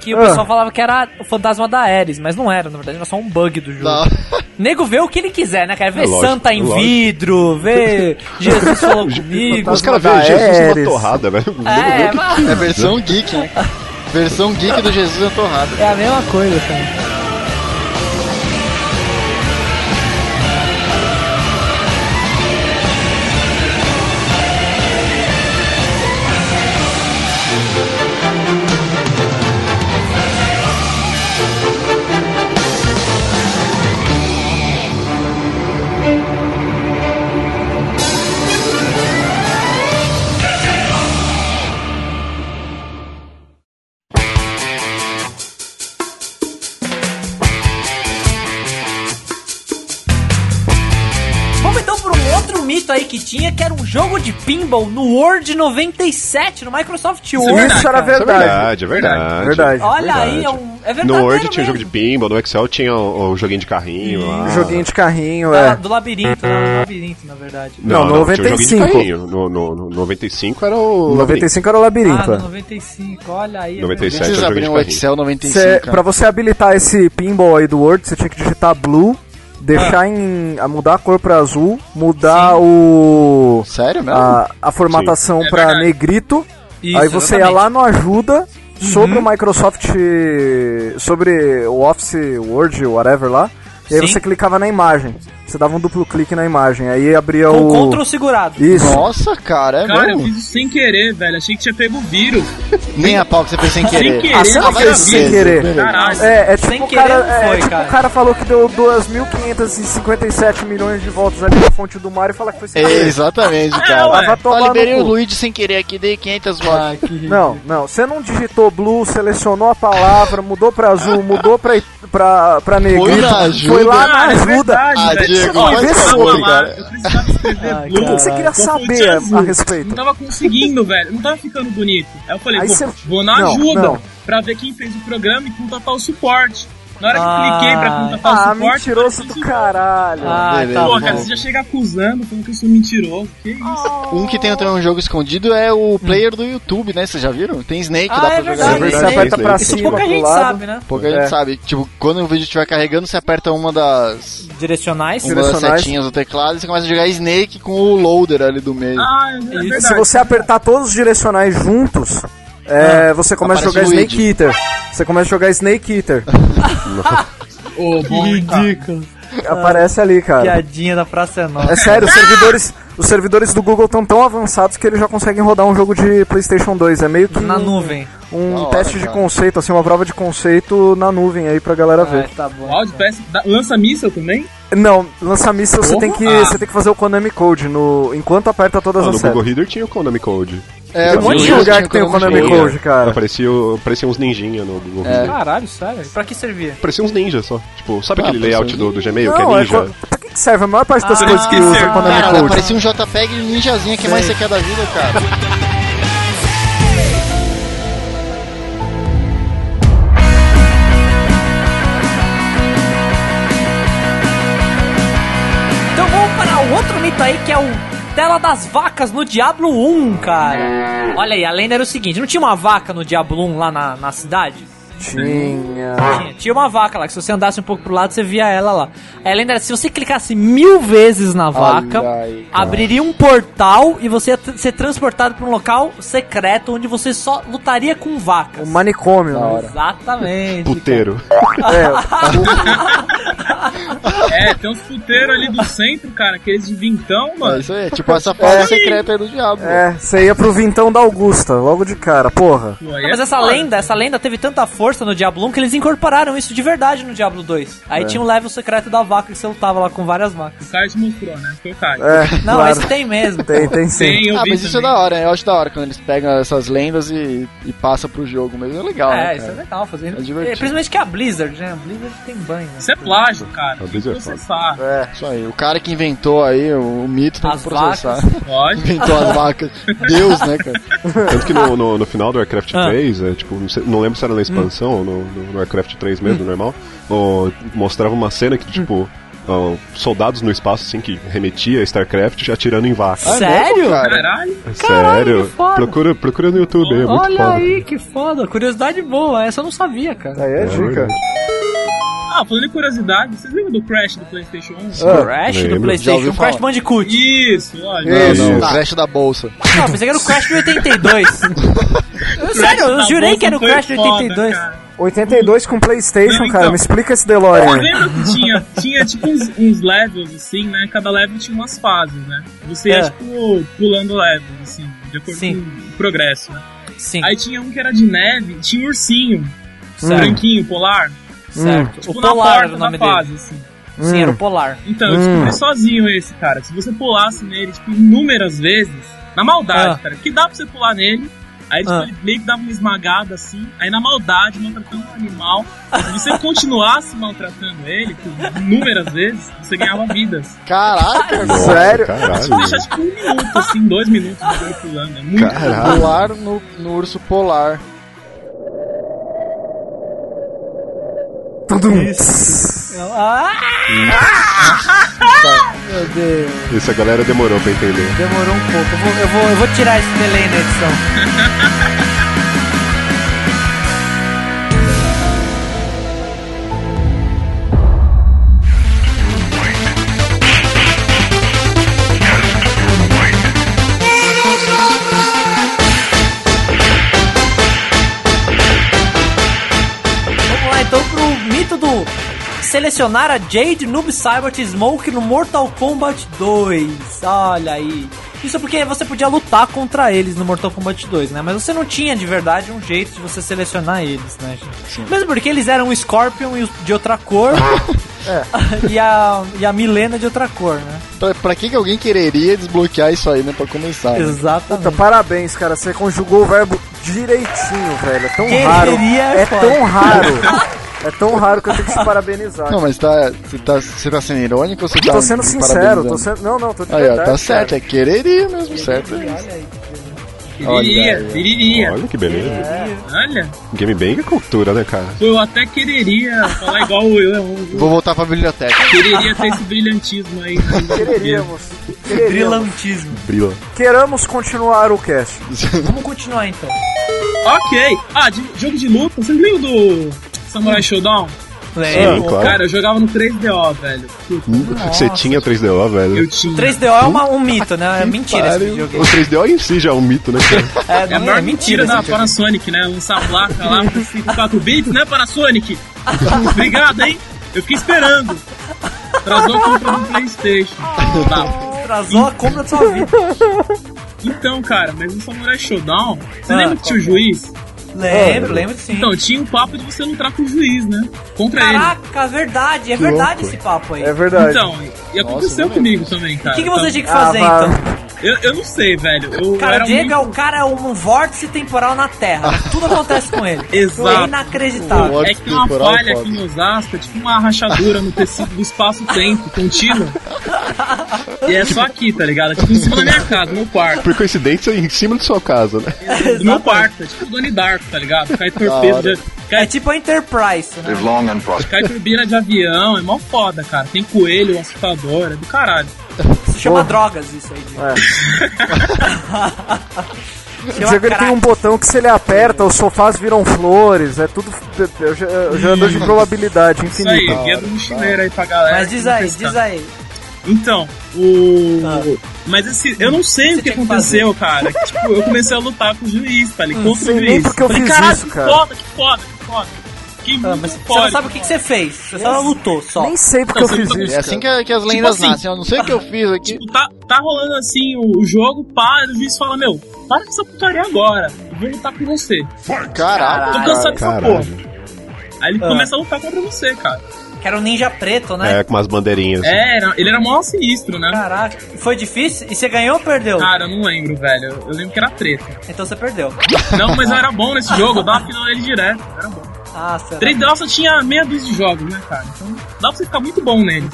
H: Que o
D: Ah.
H: pessoal falava que era o fantasma da Ares, mas não era, na verdade, era só um bug do jogo.
B: Não.
H: Nego vê o que ele quiser, né, cara? Vê
E: É lógico,
H: Santa em
E: é lógico.
H: vidro, vê Jesus falou comigo.
E: Os caras
D: da
E: veem Jesus numa
D: Ares.
E: torrada, velho.
H: É, mas
B: É versão geek, né? Versão geek do Jesus Antorrado.
H: é a mesma coisa, cara. então um misto aí que tinha, que era um jogo de pinball no Word 97, no Microsoft Word.
D: Isso era
H: cara.
E: Isso é
D: verdade.
E: verdade, é verdade.
D: Verdade.
H: Olha aí, é,
E: Verdade.
H: um, é verdadeiro
E: No Word tinha
H: mesmo.
E: jogo de pinball, no Excel tinha o, o joguinho de carrinho. lá.
D: Joguinho de carrinho,
H: Ah,
D: é.
H: do labirinto, né? Do labirinho, na verdade.
D: Não, no
E: tinha o joguinho de
D: 95.
E: carrinho. No, no, no 95 era o.
D: 95 era o
H: Ah,
D: labirinto.
H: no
D: é.
H: 95, olha aí. é
E: 97.
H: verdade.
B: Precisa
E: jogo de
B: abrir um
E: carrinho.
B: Excel
D: Cê,
B: 95.
D: pra você habilitar esse pinball aí do Word, você tinha que digitar blue, deixar
H: Ah.
D: em. a- mudar a cor pra azul, mudar o.
B: Sério mesmo?
D: a, a formatação
C: É
D: pra
C: verdade.
D: negrito.
H: Isso,
D: aí você ia
H: exatamente. Uhum.
D: lá no ajuda sobre o Microsoft, sobre o Office Word, whatever lá. E aí
H: Sim.
D: você clicava na imagem. Você dava um duplo clique na imagem. Aí abria o.
H: Com control segurado.
D: Isso.
B: Nossa, cara, é
C: Cara, eu
B: mesmo?
C: fiz isso sem querer, velho. Achei que tinha pego o vírus.
B: Nem a pau que você fez sem querer.
C: Sem querer,
D: Ah, você não
C: mas
D: fez
C: eu
D: sem
C: fiz.
D: querer.
C: Caralho.
D: É, é tipo,
H: Sem
D: o
H: querer
D: cara,
H: não
D: é,
H: foi,
D: tipo
H: cara.
D: o cara falou que deu 2.557 milhões de voltas ali na fonte do mar e fala que foi sem querer.
B: É, Exatamente, cara.
D: ué. Vai tomar
B: Ó, liberei
D: no
B: o
D: cu.
B: Luigi sem querer aqui, dei 500 votos.
D: Não, não, você não digitou blue, selecionou a palavra, mudou pra azul, mudou pra, pra, pra negrito,
B: Foi na
D: foi
B: ajuda.
D: lá na
C: Cara, é
D: ajuda.
C: verdade,
B: Ah,
C: velho.
B: Diego,
C: Ó,
D: faz
C: eu precisava
D: favor,
C: falar,
B: cara.
C: Eu precisava escrever
D: O que que
C: blue.
D: Ah, você queria
C: confundi
D: saber
C: azul.
D: a respeito?
C: Não tava conseguindo, velho. Não tava ficando bonito. Aí eu falei,
D: Aí
C: vou,
D: você-
C: vou na
D: Não,
C: ajuda
D: não.
C: pra ver quem fez o programa e contatar o suporte. Na hora que
H: Ah.
C: eu cliquei pra contatar o
D: Ah,
C: suporte...
D: mentiroso
C: eu
D: do
C: falei,
D: caralho.
H: Ah,
B: Beleza,
H: tá
C: Pô,
H: bom.
C: cara, você já chega acusando, falando que eu sou mentiroso. Que isso?
B: Um que tem também um jogo escondido é
D: Hum.
B: o player do YouTube, né? Vocês já viram? Tem Snake,
H: Ah,
B: dá
H: é
B: pra
H: verdade,
B: jogar.
D: Você
E: Snake.
D: aperta pra
H: Isso
D: cima,
H: pouca
D: pro
H: gente
D: lado.
H: sabe, né?
B: Pouca gente
D: É.
B: sabe. Tipo, quando o vídeo estiver carregando, você aperta uma das,
H: Direcionais.
B: uma das
D: Direcionais.
B: setinhas do teclado e você começa a jogar Snake com o loader ali do meio.
C: Ah, é verdade.
D: Se você apertar todos os direcionais juntos,
H: Ah,
D: é, você começa a jogar
B: Aparece Luigi.
D: Snake Eater. Você começa a jogar Snake Eater.
C: Ô, bom,
H: Ah.
D: Aparece ali, cara.
H: Piadinha da praça é nossa.
D: É sério, os servidores, os servidores do Google estão tão avançados que eles já conseguem rodar um jogo de PlayStation 2. É meio que
H: tá Na
D: um-
H: nuvem.
D: um
B: Da hora,
D: teste de
B: cara.
D: conceito, assim, uma prova de conceito na nuvem aí pra galera ver.
H: Ah, tá bom.
C: O áudio parece... dá- Lança míssel também?
D: Não, lança míssil você tem que
C: Ah.
D: você tem que fazer o Konami Code no enquanto aperta todas
E: Ah,
D: as
E: no Google
D: setas.
E: Reader tinha o Konami Code.
B: É,
E: Tem um monte de
B: Luigi
D: lugar que tem o Konami
B: Code.
E: Tinha.
D: Code, cara.
E: Aparecia, o- aparecia uns ninjinha no Google Reader.
H: Caralho, sério. Pra que servia?
E: Parecia uns ninjas só. Tipo, sabe
B: Ah,
E: aquele
B: parecia
E: layout
B: uns
E: do, do Gmail que
D: Não,
E: é
D: é
E: ninja?
D: co- pra que, que serve a maior parte das
H: Ah,
D: coisas que usa o Konami
B: Cara,
D: Code?
B: parecia um JPEG ninjazinha, que mais você quer da vida, cara?
H: Então vamos para o outro mito aí, que é o Tela das Vacas no Diablo 1, cara. Olha aí, a lenda era o seguinte, não tinha uma vaca no Diablo 1 lá na, na cidade?
D: Tinha.
H: Tinha, tinha uma vaca lá, que se você andasse um pouco pro lado, você via ela lá. Aí a lenda era, se você clicasse mil vezes na vaca,
B: aí,
H: abriria um portal e você ia t- ser transportado pra um local secreto, onde você só lutaria com
D: O
H: vacas.
D: manicômio. né?
H: Exatamente.
E: Puteiro.
D: É,
C: É, tem uns puteiros ali do centro, cara, aqueles de vintão,
B: É
C: mano.
B: isso aí, é tipo essa fase secreta aí do diabo.
D: é, você ia pro vintão da Augusta, logo de cara, porra.
C: Pô, aí
H: Não,
C: é
H: mas essa
C: foda.
H: lenda, essa lenda teve tanta força no Diablo 1 que eles incorporaram isso de verdade no Diablo 2. Aí tinha um level secreto da vaca que você lutava lá com várias vacas.
C: O Caio te mostrou, né? Foi o Caio.
D: É,
H: Não,
D: claro.
H: isso tem mesmo.
D: Tem, tem sim.
C: Tem, eu
B: Ah,
C: vi
B: mas isso é
C: também.
B: da hora, né? eu acho da hora quando eles pegam essas lendas e, e passam pro jogo mesmo. É legal, né,
H: É,
B: cara?
H: isso é legal fazer.
B: É divertido.
H: principalmente que é a Blizzard, né? A Blizzard tem banho. né?
C: Isso é plágio, cara.
E: A
C: Tem que
E: Blizzard é foda.
C: processar.
D: É.
B: Isso aí, o cara que inventou aí o, o mito tem
H: As
B: que processar.
C: Lógico.
B: inventou as vacas. Deus, né, cara?
E: Tanto que no, no, no final do Warcraft
H: Ah.
E: 3, é, tipo, não, sei- não lembro se era na expansão ou no, no, no Warcraft 3 mesmo,
H: Hum.
E: normal, ó, mostrava uma cena que, tipo, ó, soldados no espaço, assim, que remetia a StarCraft atirando em vaca.
B: Ah, é
H: Sério?
B: mesmo, cara?
C: Caralho.
E: Sério?
H: que foda.
E: Procura, procura no YouTube, é muito
H: Olha
E: foda.
H: aí, que foda. Curiosidade boa, essa eu não sabia, cara.
D: Aí é dica.
C: Ah, falando em curiosidade, vocês lembram do Crash do Playstation 1?
H: Crash do
E: lembro.
B: Já
H: Playstation,
B: ouvi
H: um Crash
B: falar.
H: Bandicoot.
C: Isso, lógico.
B: Não, Tá. não,
E: Isso.
B: o crash da bolsa.
H: Não, pensei que era o Crash do 82. Eu- Sério, eu
C: Crash da
H: jurei que era o
C: bolsa
H: Crash do
C: Tá foi foda,
H: 82.
C: cara.
D: 82 com Playstation,
C: Não,
D: cara,
C: então.
D: me explica esse
C: Pô,
D: DeLorean.
C: lembra que tinha, tinha tipo uns, uns levels assim, né? Cada level tinha umas fases, né? Você ia
H: É.
C: tipo pulando levels, assim, de acordo
H: Sim.
C: com o progresso, né?
H: Sim,
C: Aí tinha um que era de neve, tinha um ursinho,
H: certo.
C: branquinho, polar.
H: certo.
C: Tipo,
H: o
C: na
H: Polar era
C: porta
H: o
C: da
H: nome dele.
C: fase, assim.
H: Sim, era o Polar.
C: Então, eu descobri sozinho esse, cara. Se você pulasse nele, tipo, inúmeras vezes, na maldade,
H: Ah.
C: cara, que dá pra você pular nele Aí tipo, ele meio que dava uma esmagada assim, aí na maldade, maltratando o animal. Se você continuasse maltratando ele por inúmeras vezes, você ganhava vidas.
B: Caraca,
E: Nossa,
D: Sério?
E: Caralho.
C: Isso deixa tipo um minuto, assim, dois minutos de dois pulando. É muito
E: Caralho.
B: pular no, no urso polar.
D: Tudum.
H: Ah,
B: Meu Deus.
E: Isso a galera demorou pra entender.
H: demorou um pouco. Eu vou, eu vou- eu vou tirar esse delay na edição. Vamos lá então pro mito do selecionar a Jade, Noob Cybert e Smoke no Mortal Kombat 2. Olha aí. Isso é porque você podia lutar contra eles no Mortal Kombat 2, né? Mas você não tinha de verdade um jeito de você selecionar eles, né, gente? Mesmo porque eles eram o Scorpion e o- de outra cor e, a, e a Milena de outra cor, né?
B: Pra, pra que, que alguém quereria desbloquear isso aí, né? Pra começar. né?
D: Puta,
H: Exatamente.
D: parabéns, cara. Você conjugou o verbo direitinho, velho. É tão
H: Quem
D: raro.
H: diria é
D: É
H: foda.
D: tão raro. É tão raro que eu tenho que te parabenizar.
B: Não, mas tá, você tá, você tá sendo irônico ou você tá
D: tô sendo
B: me
D: sincero,
B: parabenizando?
D: tô sendo. Não, não, tô de
B: Aí, ó,
D: verdade,
B: tá certo, é quereria mesmo, certo? é isso.
C: Quereria,
H: É.
C: quereria.
E: Olha que beleza.
C: Olha,
E: Game Bang é cultura, né, cara?
C: pô, eu até quereria falar igual o Will. eu
B: Vou voltar pra biblioteca.
C: Quereria ter esse brilhantismo aí. né?
D: Quereríamos. Quereríamos.
H: Brilhantismo.
E: Brila.
D: Queramos continuar o cast.
H: Vamos continuar então.
C: Ok. Ah, de- jogo de luta. Vocês lembram do Samurai Showdown?
H: É,
E: Sim,
C: É, Pô,
E: claro.
C: Cara, eu jogava no 3DO, velho. Puta,
E: Hum, Você tinha 3DO, velho?
C: eu tinha.
H: 3DO é uma- um mito, né? É
E: Que
H: mentira esse
E: pariu.
H: videogame.
E: O 3DO em si já é um mito, né, cara?
H: É,
C: É a
H: não-
C: maior
H: é
C: mentira da
H: esse videogame.
C: Panasonic, né? Lançar a placa lá pra 4 bits, né, Panasonic? Obrigado, hein? Eu fiquei esperando. Trazou a compra do Playstation. Tá.
H: Atrasou a compra da sua vida.
C: Então, cara, mas no Samurai Showdown, você
H: Ah,
C: lembra que tinha o juiz?
H: Lembro, lembro sim.
C: Então, tinha um papo de você lutar com o juiz, né? Contra ele.
H: Caraca, verdade, é verdade esse papo aí.
D: É verdade.
C: Então, e aconteceu comigo também, cara.
H: O que, que você
C: Então,
H: tinha que fazer
D: Ah, vai.
H: então?
C: eu, eu não sei, velho. Eu
H: Cara,
C: era
H: o Diego
C: muito...
H: é o cara, é um vórtice temporal na Terra. Tudo acontece com ele. É
C: Exato.
H: inacreditável.
B: Pode
C: É que tem uma
B: temporal,
C: falha
B: pode.
C: aqui em Osasco, é tipo uma rachadura no tecido do espaço-tempo contínuo. E é só aqui, tá ligado? É tipo em cima da minha casa, no meu quarto.
E: Por coincidência, é em cima de sua casa, né?
C: Do meu quarto, é tipo o Donnie Darko, tá ligado? Cai torpedo, de,
H: É
C: cai,
H: tipo a Enterprise, né?
C: cai turbina de avião, é mó foda, cara. Tem coelho, um assustador, é do caralho.
H: Se chama drogas isso aí, Diego.
D: É. O Diego ele tem um botão que se ele aperta, os sofás viram flores, é tudo. Eu já, eu já ando de probabilidade
C: Isso aí,
D: infinita.
C: guia do mochileiro aí pra galera.
H: Mas
C: que
H: diz
C: não
H: aí,
C: pescar.
H: diz aí.
C: Então, o. Mas assim, eu não sei o que
H: tinha que
C: aconteceu, cara. Que, tipo, eu comecei a lutar com o juiz, tá ligado? Contra
D: sei
C: o
D: nem
C: juiz.
D: porque eu fiz
C: "Caralho,
D: isso,
C: que
D: cara."
C: Foda, que foda, que foda. Que
H: Ah,
C: muito
H: mas
C: foda.
H: você
C: tipo,
H: não sabe o que, que você fez. Você só lutou, só.
D: Nem sei porque eu
C: Então,
D: fiz
C: você-
D: isso.
B: É assim que, a- que as lendas
C: assim.
B: nascem, eu não sei o que eu fiz aqui.
C: Tipo, tá, tá rolando assim o, o jogo, para, o juiz fala, meu, para com essa putaria agora. Eu vou lutar com você.
B: Caraca.
C: Tô cansado dessa porra.
E: Caralho.
C: Aí ele começa a lutar contra você, cara.
H: Que era um ninja preto, né?
E: É, com umas bandeirinhas.
C: É, era- ele era mó sinistro, né?
H: Caraca. Foi difícil? E você ganhou ou perdeu?
C: Cara, eu não lembro, velho. Eu lembro que era treta.
H: Então você perdeu.
C: Não, mas eu era bom nesse jogo, eu dava final nele direto. Era bom.
H: Ah, será?
C: 3DO só tinha meia dúzia de jogos, né, cara? Então dá pra você ficar muito bom nele.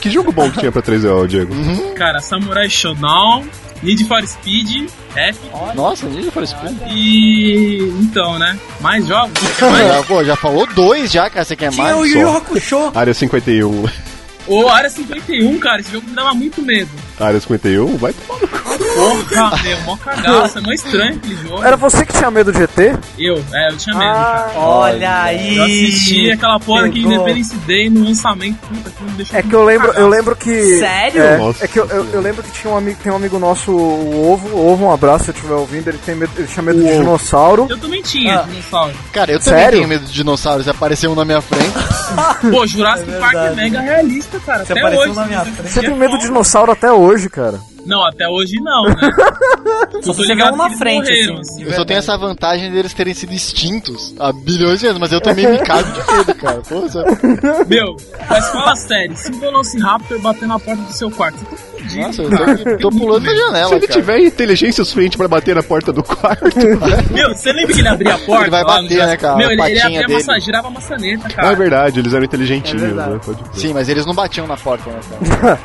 E: Que jogo bom que tinha pra 3DO, Diego?
C: Cara, Samurai Shodown, Need for Speed, F
B: Nossa, ninja for Speed.
C: e. Então, né? Mais jogos?
B: Já, pô, já falou dois já, cara, você quer
H: Tinha
B: mais?
H: É o Yu Yu Hakusho.
E: Área 51.
C: Ou Área 51, cara, esse jogo me dava muito medo.
E: Área 51? Vai tomar no
C: Porra, meu, mó cagaço, é mó estranho aquele jogo.
D: Era você que tinha medo de ET?
C: Eu, é, eu tinha medo, cara.
H: Olha aí.
C: Eu assisti aquela porra daquele
H: pegou.
C: Independence Day no lançamento, puta, que me deixou.
D: É que eu lembro, eu lembro que.
H: Sério?
D: É,
E: Nossa
D: é que eu, eu- eu lembro que tinha um amigo, tem um amigo nosso, o Ovo, o Ovo, um abraço se eu estiver ouvindo, ele tem medo, ele tinha medo de dinossauro.
C: Eu também tinha, dinossauro.
B: Cara, eu também
D: Sério?
B: tenho medo de dinossauros, apareceu um na minha frente.
C: Pô, Jurassic
H: É
C: Park é
H: verdade.
C: mega realista, cara.
H: Você
C: até
H: apareceu
C: hoje.
H: na minha
C: se
H: frente.
D: Você
C: é
D: tem medo
C: bom.
D: de dinossauro até hoje, cara.
C: Não, até hoje não, né?
H: Só
C: Eu tô
H: você
C: ligado
H: ligado
C: que
H: na
C: eles
H: frente,
C: morreram,
H: assim.
C: assim.
B: Eu só tenho essa vantagem deles terem sido extintos há bilhões de anos, mas eu também me cago de medo, cara. Pô, sabe?
C: Meu, mas fala sério, se um Velociraptor bater na porta do seu quarto, você tá fudido.
B: Nossa, eu tô, aqui- tô pulando da janela.
E: Se ele
B: É, cara.
E: tiver inteligência suficiente pra bater na porta do quarto, velho.
C: Meu, você lembra que ele abria a porta?
B: Ele vai
C: lá no
B: bater,
C: Jurassic-
B: né, cara,
C: Meu,
B: a
C: ele, ele
B: patinha
C: abria a
B: dele.
C: maçã, girava a maçaneta,
E: Não, é
C: cara.
E: verdade, eles eram inteligentinhos,
I: É verdade.
E: né? Pode crer.
B: Sim, mas eles não batiam na porta, né, cara?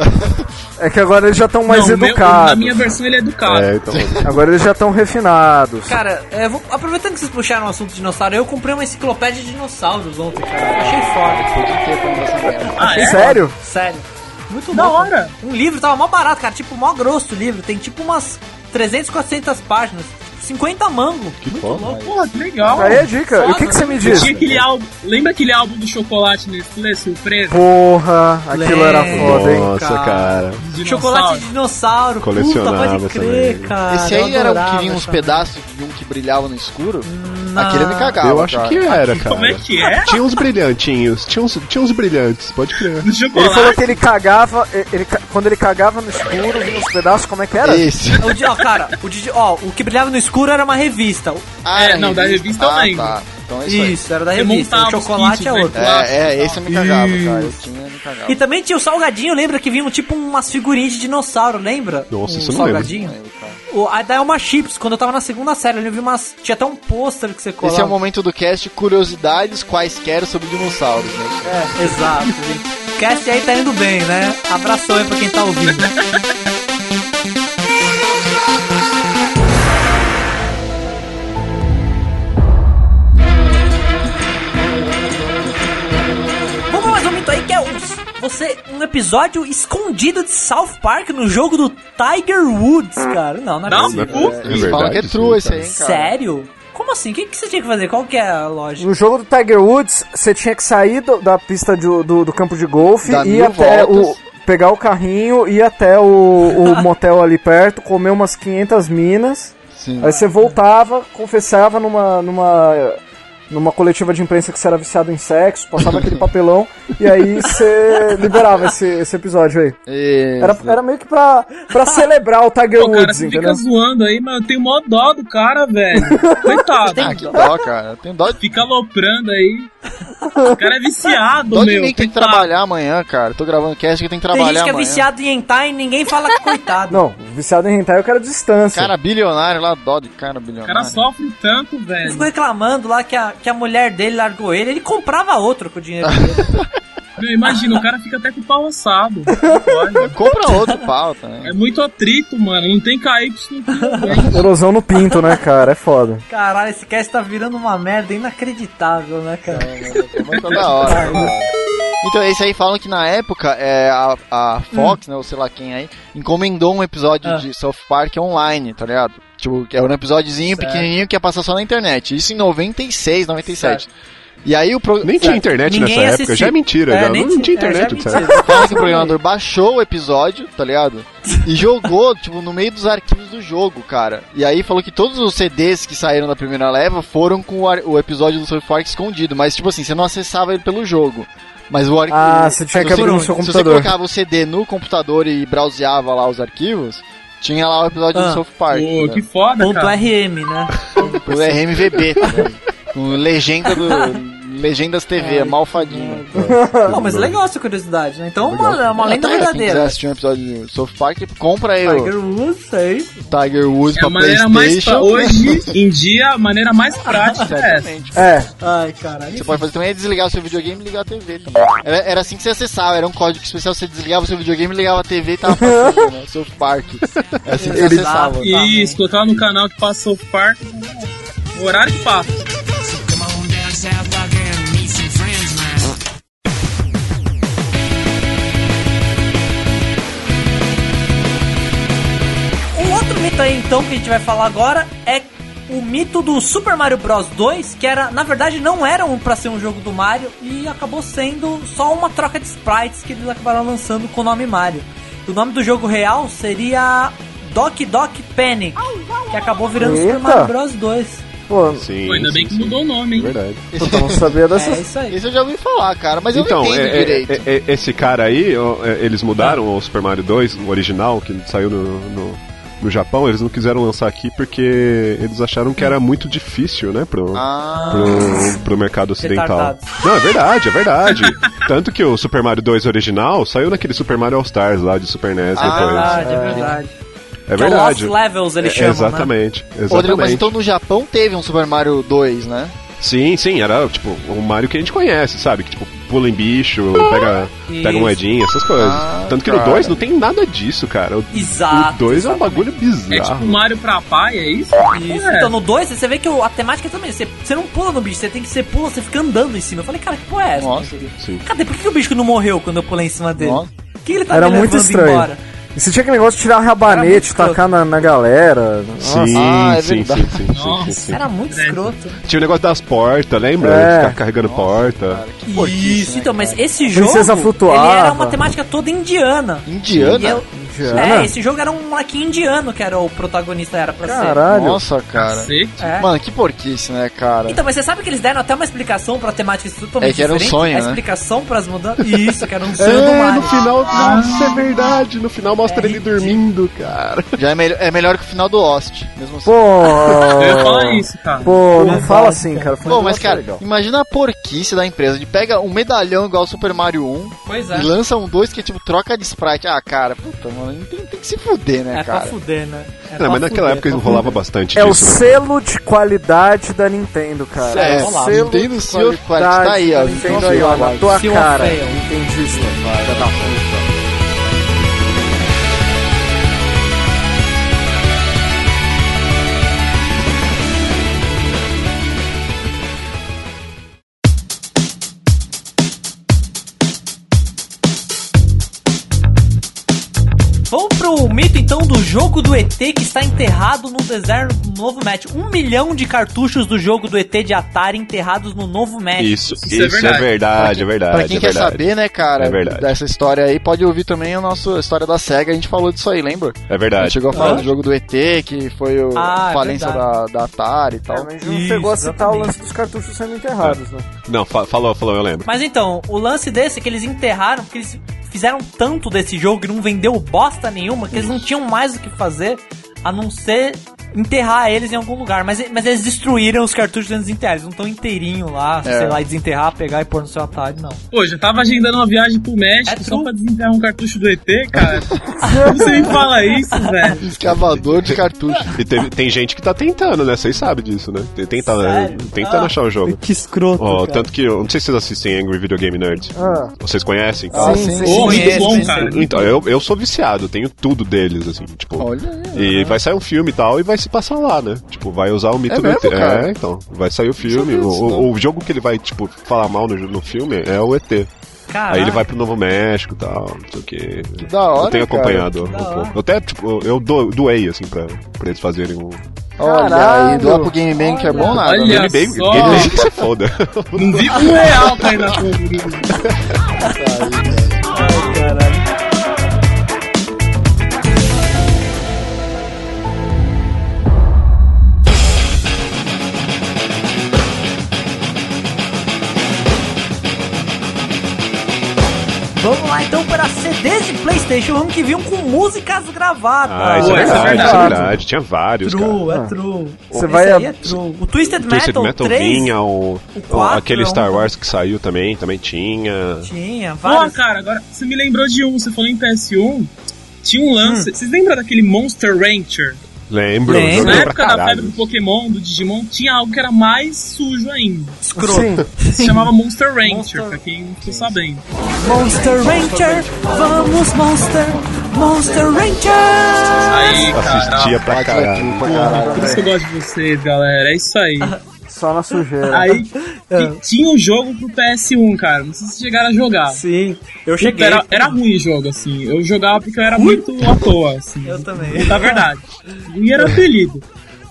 D: É que agora eles já estão mais
C: Não, o meu- na
D: educados.
C: minha versão ele é educado.
E: É, então.
D: Agora eles já estão refinados.
H: Cara, é, vou- aproveitando que vocês puxaram o assunto de dinossauro, eu comprei uma enciclopédia de dinossauros ontem, cara. Achei foda.
C: Ah, é?
D: Sério?
H: Sério. Muito
C: Da
H: louco.
C: hora.
H: Um livro tava mó barato, cara. Tipo, mó grosso o livro. Tem tipo umas 300, 400 páginas. Tipo, 50 mango. Muito
E: foda.
H: louco.
C: Porra, que legal.
D: Aí é dica. E o que, que você me diz?
C: Tinha aquele álbum. Lembra aquele álbum do chocolate nesse né? surpresa?
D: Porra, aquilo era foda, hein?
E: Nossa, cara.
C: De
H: Chocolate
C: dinossauro?
H: de dinossauro.
E: Colecionava
H: Puta, pode crer,
E: também.
H: cara.
B: Esse
H: eu
B: aí era o
H: adorava
B: que vinha uns
H: essa-
B: pedaços de um que brilhava no escuro?
H: Não.
B: Aquele eu me cagava.
E: eu acho
B: cara.
E: que era, cara.
C: Como é que é?
E: Tinha uns brilhantinhos. Tinha uns, tinha uns brilhantes, pode crer.
C: Do
D: Ele falou
C: chocolate?
D: que ele cagava, e- ele, ca- quando ele cagava no escuro, vinha uns pedaços, como é que era?
B: Esse.
H: O di- ó, cara, o, di- ó, o que brilhava no escuro era uma revista.
B: Ah,
C: É, não, da revista eu
B: ah,
C: lembro.
B: Tá. Então é isso, aí.
H: Isso, era da
C: Você
H: revista.
C: montava
H: O
C: os
H: chocolate
C: kits,
H: é
C: né?
H: outro.
B: É, é, esse eu me cagava, cara. Eu tinha me cagava.
H: E também tinha o salgadinho, lembra que vinha tipo umas figurinhas de dinossauro, lembra?
E: Nossa,
H: um
E: isso eu não lembro.
H: salgadinho.
B: Aí, cara.
H: O, ah, a da Elma Chips, quando eu tava na segunda série, eu vi umas. Tinha até um pôster que você colava.
B: Esse é o momento do cast Curiosidades Quaisquer sobre dinossauros, né?
H: É, exato. gente. O cast aí tá indo bem, né? Abração aí pra quem tá ouvindo. Vamos mais um mito aí que é uns. Você, um episódio escondido de South Park no jogo do Tiger Woods, cara. Não, não é
C: Não,
H: possível.
C: pô,
B: Eles falam que é true esse aí, hein, cara.
H: Sério? Como assim? O que, que você tinha que fazer? Qual que é a lógica?
D: No jogo do Tiger Woods, você tinha que sair do- da pista de- do, do campo de golfe
B: Dar
D: e
B: mil
D: até
B: voltas.
D: o. Pegar o carrinho, ir até o, o motel ali perto, comer umas 500 minas.
B: Sim.
D: Aí você voltava, confessava numa, numa, numa coletiva de imprensa que você era viciado em sexo, passava aquele papelão, e aí você liberava esse, esse episódio aí.
B: Isso.
D: Era, era meio que pra, pra celebrar o Tiger
C: Pô, cara,
D: Woods,
C: você
D: entendeu?
C: fica assim. zoando aí, mas eu tenho mó dó do cara, velho. Coitado.
B: Ah, que dó, cara. Tem dó,
C: Fica aloprando aí. O cara é viciado,
B: dó de
C: meu.
B: mim que tem que
C: coitado.
B: trabalhar amanhã, cara. Tô gravando cast que tem que
H: Tem
B: trabalhar
H: gente que é
B: amanhã.
H: viciado em hentai e ninguém fala que é coitado.
D: Não, viciado em hentai eu quero distância.
B: Cara bilionário lá, dó de cara
C: O
B: bilionário.
C: cara sofre tanto,
H: Ele
C: velho.
H: ficou reclamando lá que a, que a mulher dele largou ele, ele comprava outro com o dinheiro dele.
C: Meu, imagina, o cara fica até com o pau assado.
B: Compra outro pau também.
C: É muito atrito, mano. Não tem KY.
D: Erosão no pinto, né, cara? É foda.
H: Caralho, esse cast tá virando uma merda inacreditável, né, cara?
B: É muito da hora. cara. Então, esse aí falam que na época é, a, a Fox, né, ou sei lá quem aí, encomendou um episódio
H: Ah.
B: de South Park online, tá ligado? Tipo, era um episódiozinho pequenininho que ia passar só na internet. Isso em 96, 97. E aí o pro...
E: Nem tinha internet
H: Ninguém
E: nessa época,
H: assistiu.
E: já é mentira.
H: É,
E: já.
H: nem
E: Não tinha
H: tinha- é, já é
E: internet,
H: mentira.
E: sabe?
B: Fala que o programador baixou o episódio, tá ligado? E jogou, tipo, no meio dos arquivos do jogo, cara. E aí falou que todos os CDs que saíram da primeira leva foram com o, ar- o episódio do South Park escondido. Mas, tipo assim, você não acessava ele pelo jogo. Mas o arquivo.
D: Ah, você tinha que abrir no seu
B: se você
D: computador.
B: colocava o CD no computador e browseava lá os arquivos, tinha lá o episódio
H: Ah.
B: do South Park.
C: Pô,
B: né?
E: é.
C: que foda,
H: Ponto
C: cara.
H: RM, né?
B: O RMVB, tá ligado? Com legenda do. Legendas TV,
H: Ah,
B: malfadinho.
H: Pô, mas é legal essa curiosidade, né? Então é uma, é tá uma lenda
B: Até, Se quiser
H: verdadeira.
B: assistir um episódio de South Park, compra aí, ó.
H: Tiger Woods aí.
B: Tiger Woods
C: É a
B: pra
C: maneira mais. pra-
B: Playstation.
C: Hoje, em dia, a maneira mais prática é essa.
B: Exatamente.
D: É,
H: Ai, caralho.
B: Você pode fazer também é desligar o seu videogame e ligar a TV também. Era, era assim que você acessava, era um código especial, você desligava o seu videogame, ligava a TV e tava passando, né? South Park. É assim que você
H: Eles-
B: acessava.
H: tá?
C: Isso, colocava no canal que passa o parque. O horário que passa.
H: Um outro mito aí, então, que a gente vai falar agora é o mito do Super Mario Bros 2, que era, na verdade, não era um pra ser um jogo do Mario e acabou sendo só uma troca de sprites que eles acabaram lançando com o nome Mario. O nome do jogo real seria Doc Doc Panic, que acabou virando
D: Eita.
H: Super Mario Bros 2.
D: pô,
E: Sim.
C: Pô, ainda bem
E: sim,
C: que
E: sim.
C: mudou o nome,
E: É
C: hein?
E: Verdade.
D: eu não sabia dessa.
H: É isso aí.
B: Esse eu já ouvi falar, cara, mas eu
E: então,
B: não entendo
E: é- é-
B: direito.
E: é- é- esse cara aí, ó, é, eles mudaram o Super Mario 2, o original, que saiu no, no, no Japão, eles não quiseram lançar aqui porque eles acharam que era muito difícil, né, pro,
B: Ah,
E: pro, pro mercado ocidental.
H: Retardados.
E: Não, é verdade, é verdade. Tanto que o Super Mario 2 original saiu naquele Super Mario All Stars lá de Super NES
B: Ah,
H: verdade, é verdade.
E: depois. É
H: Que é Lost
E: verdade.
H: Levels, ele
E: É,
H: chama, né?
E: exatamente,
B: Ô, Rodrigo, mas
E: exatamente.
B: então no Japão teve um Super Mario 2, né?
E: Sim, sim, era tipo o Mario que a gente conhece, sabe? Que tipo, pula em bicho, pega, pega
H: Isso.
E: moedinha, essas coisas.
B: Ah,
E: Tanto que no
B: cara.
E: 2 não tem nada disso, cara. O
H: Exato.
E: 2 é um bagulho
C: É tipo
E: bizarro.
C: Mario pra pai, é isso?
H: Isso.
C: É.
H: Então no 2 você vê que o- a temática é também. Você, você não pula no bicho, você tem que você pula, você fica andando em cima. Eu falei, cara, que porra é essa?
B: Nossa.
E: Sim.
H: Cadê? Por que o bicho não morreu quando eu pulei em cima dele?
B: Nossa.
H: Por que ele tá
D: Era
H: me
D: muito
H: levando
D: estranho.
H: embora?
D: E você tinha aquele negócio de tirar rabanete,
H: Era muito
D: tacar na, na galera. Nossa.
E: Sim,
B: Ah,
E: sim,
B: é
E: sim,
B: verdade.
E: sim, sim, sim,
C: Nossa.
E: sim.
H: Era muito escroto.
E: Tinha o negócio das portas, lembra?
D: É.
E: Ficar carregando porta.
B: Cara, que porquice,
H: Isso,
B: né,
H: então,
B: cara?
H: mas esse jogo.
D: Princesa flutuava.
H: Ele era uma temática toda indiana. E
B: Indiana?
H: eu-
D: Indiana?
H: é, esse jogo era um molequinho indiano que era o protagonista, era pra
D: Caralho.
B: Nossa, cara.
C: Cacete.
H: ser. É.
B: Mano, que porquice, né, cara?
H: Então, mas você sabe que eles deram até uma explicação pra temática totalmente
B: É que era um
H: diferente?
B: sonho,
H: A
B: né?
H: explicação pras mudanças. Isso, que era um sonho do
E: É,
H: Mario.
E: no final, nossa, é verdade. No final mostra ele dormindo, cara.
B: Já é, melho- é melhor que o final do Lost, mesmo assim.
D: Pô.
C: Eu ia falar isso, cara.
D: Pô, não fala assim, cara. Foi um
B: Pô, mas
D: negócio
B: cara,
D: legal.
B: imagina a porquice da empresa de pega um medalhão igual ao Super Mario 1
H: Pois é.
B: e lança um 2 que é tipo troca de sprite. Ah, cara, puta, mano, tem, tem que se fuder, né,
H: É pra
B: cara?
H: fuder, né? É pra
E: Não, mas naquela
H: fuder,
E: época
H: pra
E: ele rolava bastante
D: É o
E: disso. né?
D: selo de qualidade da Nintendo, cara.
B: É,
D: o
B: lá,
D: selo
B: Nintendo
D: de
B: Seal of Quality. Tá aí, ó,
D: da Nintendo
B: Nintendo
D: aí, ó,
B: Seal of
D: na tua
H: Seal of
D: cara.
H: Fail.
D: Entendi isso,
H: Vamos pro mito então do jogo do ET que está enterrado no deserto do Novo México. Um milhão de cartuchos do jogo do ET de Atari enterrados no Novo México.
E: Isso,
C: Isso é
E: isso é verdade, é verdade.
B: Pra quem
E: é
B: quer
E: verdade.
B: saber, né, cara,
E: É verdade.
B: dessa história aí, pode ouvir também a nossa história da SEGA, a gente falou disso aí, lembra?
E: É
B: A gente
E: verdade.
B: chegou a falar do jogo do ET, que foi o- a
H: Ah, é
B: falência da,
H: verdade.
B: da Atari e tal.
D: É, mas não
H: Isso,
D: chegou a citar o
H: exatamente.
D: lance dos cartuchos sendo enterrados, né?
E: Não, fa- falou, falou, eu lembro.
H: Mas então, o lance desse é que eles enterraram, porque eles fizeram tanto desse jogo e não vendeu bosta nenhuma, que eles não tinham mais o que fazer a não ser enterrar eles em algum lugar. Mas, mas eles destruíram os cartuchos antes de enterrar, eles não estão inteirinho lá,
B: É.
H: sei lá, e desenterrar, pegar e pôr no seu Atari, não.
C: Pô, já tava agendando uma viagem pro México
H: É
C: só
H: true.
C: pra desenterrar um cartucho do ET, cara. Como você me fala isso, velho?
B: Escavador de cartucho.
E: E teve- tem gente que tá tentando, né? Vocês sabem disso, né? Tem- Tenta,
H: Sério?
E: tentando
H: Ah.
E: achar o jogo.
J: Que escroto.
E: Ó,
J: cara.
E: tanto que eu não sei se vocês assistem Angry Video Game Nerd.
D: Ah.
E: Vocês conhecem?
B: sim,
C: Pô, muito
H: Conheço,
C: bom,
H: conheço.
C: cara.
E: Então, eu, eu sou viciado, tenho tudo deles, assim, tipo.
B: Olha aí.
E: E vai sair um filme e tal, e vai se passar lá, né? Tipo, vai usar o mito
B: É
E: do
B: mesmo,
E: ET.
B: cara?
E: É, então. Vai sair o filme.
B: Não sabia
E: O,
B: disso,
E: o- o jogo que ele vai, tipo, falar mal no, no filme é o ET.
H: Caraca.
E: Aí ele vai pro Novo México e tal, não sei o que. Que
B: da hora,
E: Eu tenho
B: cara.
E: acompanhado um
H: da hora.
E: pouco. Eu até, tipo, eu do, doei, assim, pra, pra eles fazerem um.
B: Olha aí, doar pro Game Bank é bom nada.
C: Olha.
B: né?
E: Game Bank,
C: só!
E: Game Bank é que se foda.
C: Não vi um real cair na tua vida.
H: Vamos lá então para CDs e Playstation ano que vinham com músicas gravadas.
E: Ah, isso
C: Pô,
E: é
C: essa é
E: verdade, isso é
D: verdade.
E: verdade. Tinha vários, cara.
H: True, é true.
D: Você
H: Esse
D: vai
H: aí
D: a-
H: é true. O Twisted,
E: Twisted
H: Metal,
E: Metal
H: 3
E: vinha, o, o-
H: quatro
E: aquele
H: é um
E: Star
H: também.
E: Wars que saiu também, também tinha.
H: tinha
C: Ó,
H: vários.
C: cara, agora você me lembrou de um, você falou em PS1. Tinha um
H: Hum.
C: lance. Vocês lembram daquele Monster Rancher?
E: Lembro,
H: Lembro.
E: joguei
C: Na
E: pra
C: época da febre
E: caralho.
C: do Pokémon, do Digimon, tinha algo que era mais sujo ainda.
H: Escroto.
C: Se chamava Monster Rancher,
H: Monster-
C: pra quem não ficou sabendo.
H: Monster Ranger, vamos Monster, Monster Ranger.
C: Aí, cara.
E: Assistia pra caralho.
C: Por isso que eu gosto de vocês, galera. É isso aí.
D: Só na sujeira.
C: Aí
H: É.
C: e tinha um jogo pro PS1, cara. Não sei se chegaram a jogar.
H: Sim, eu
C: Puta,
H: cheguei.
C: Era, era ruim o jogo, assim. Eu jogava porque eu era muito à toa, assim.
H: Eu também.
C: Na verdade. E era apelido.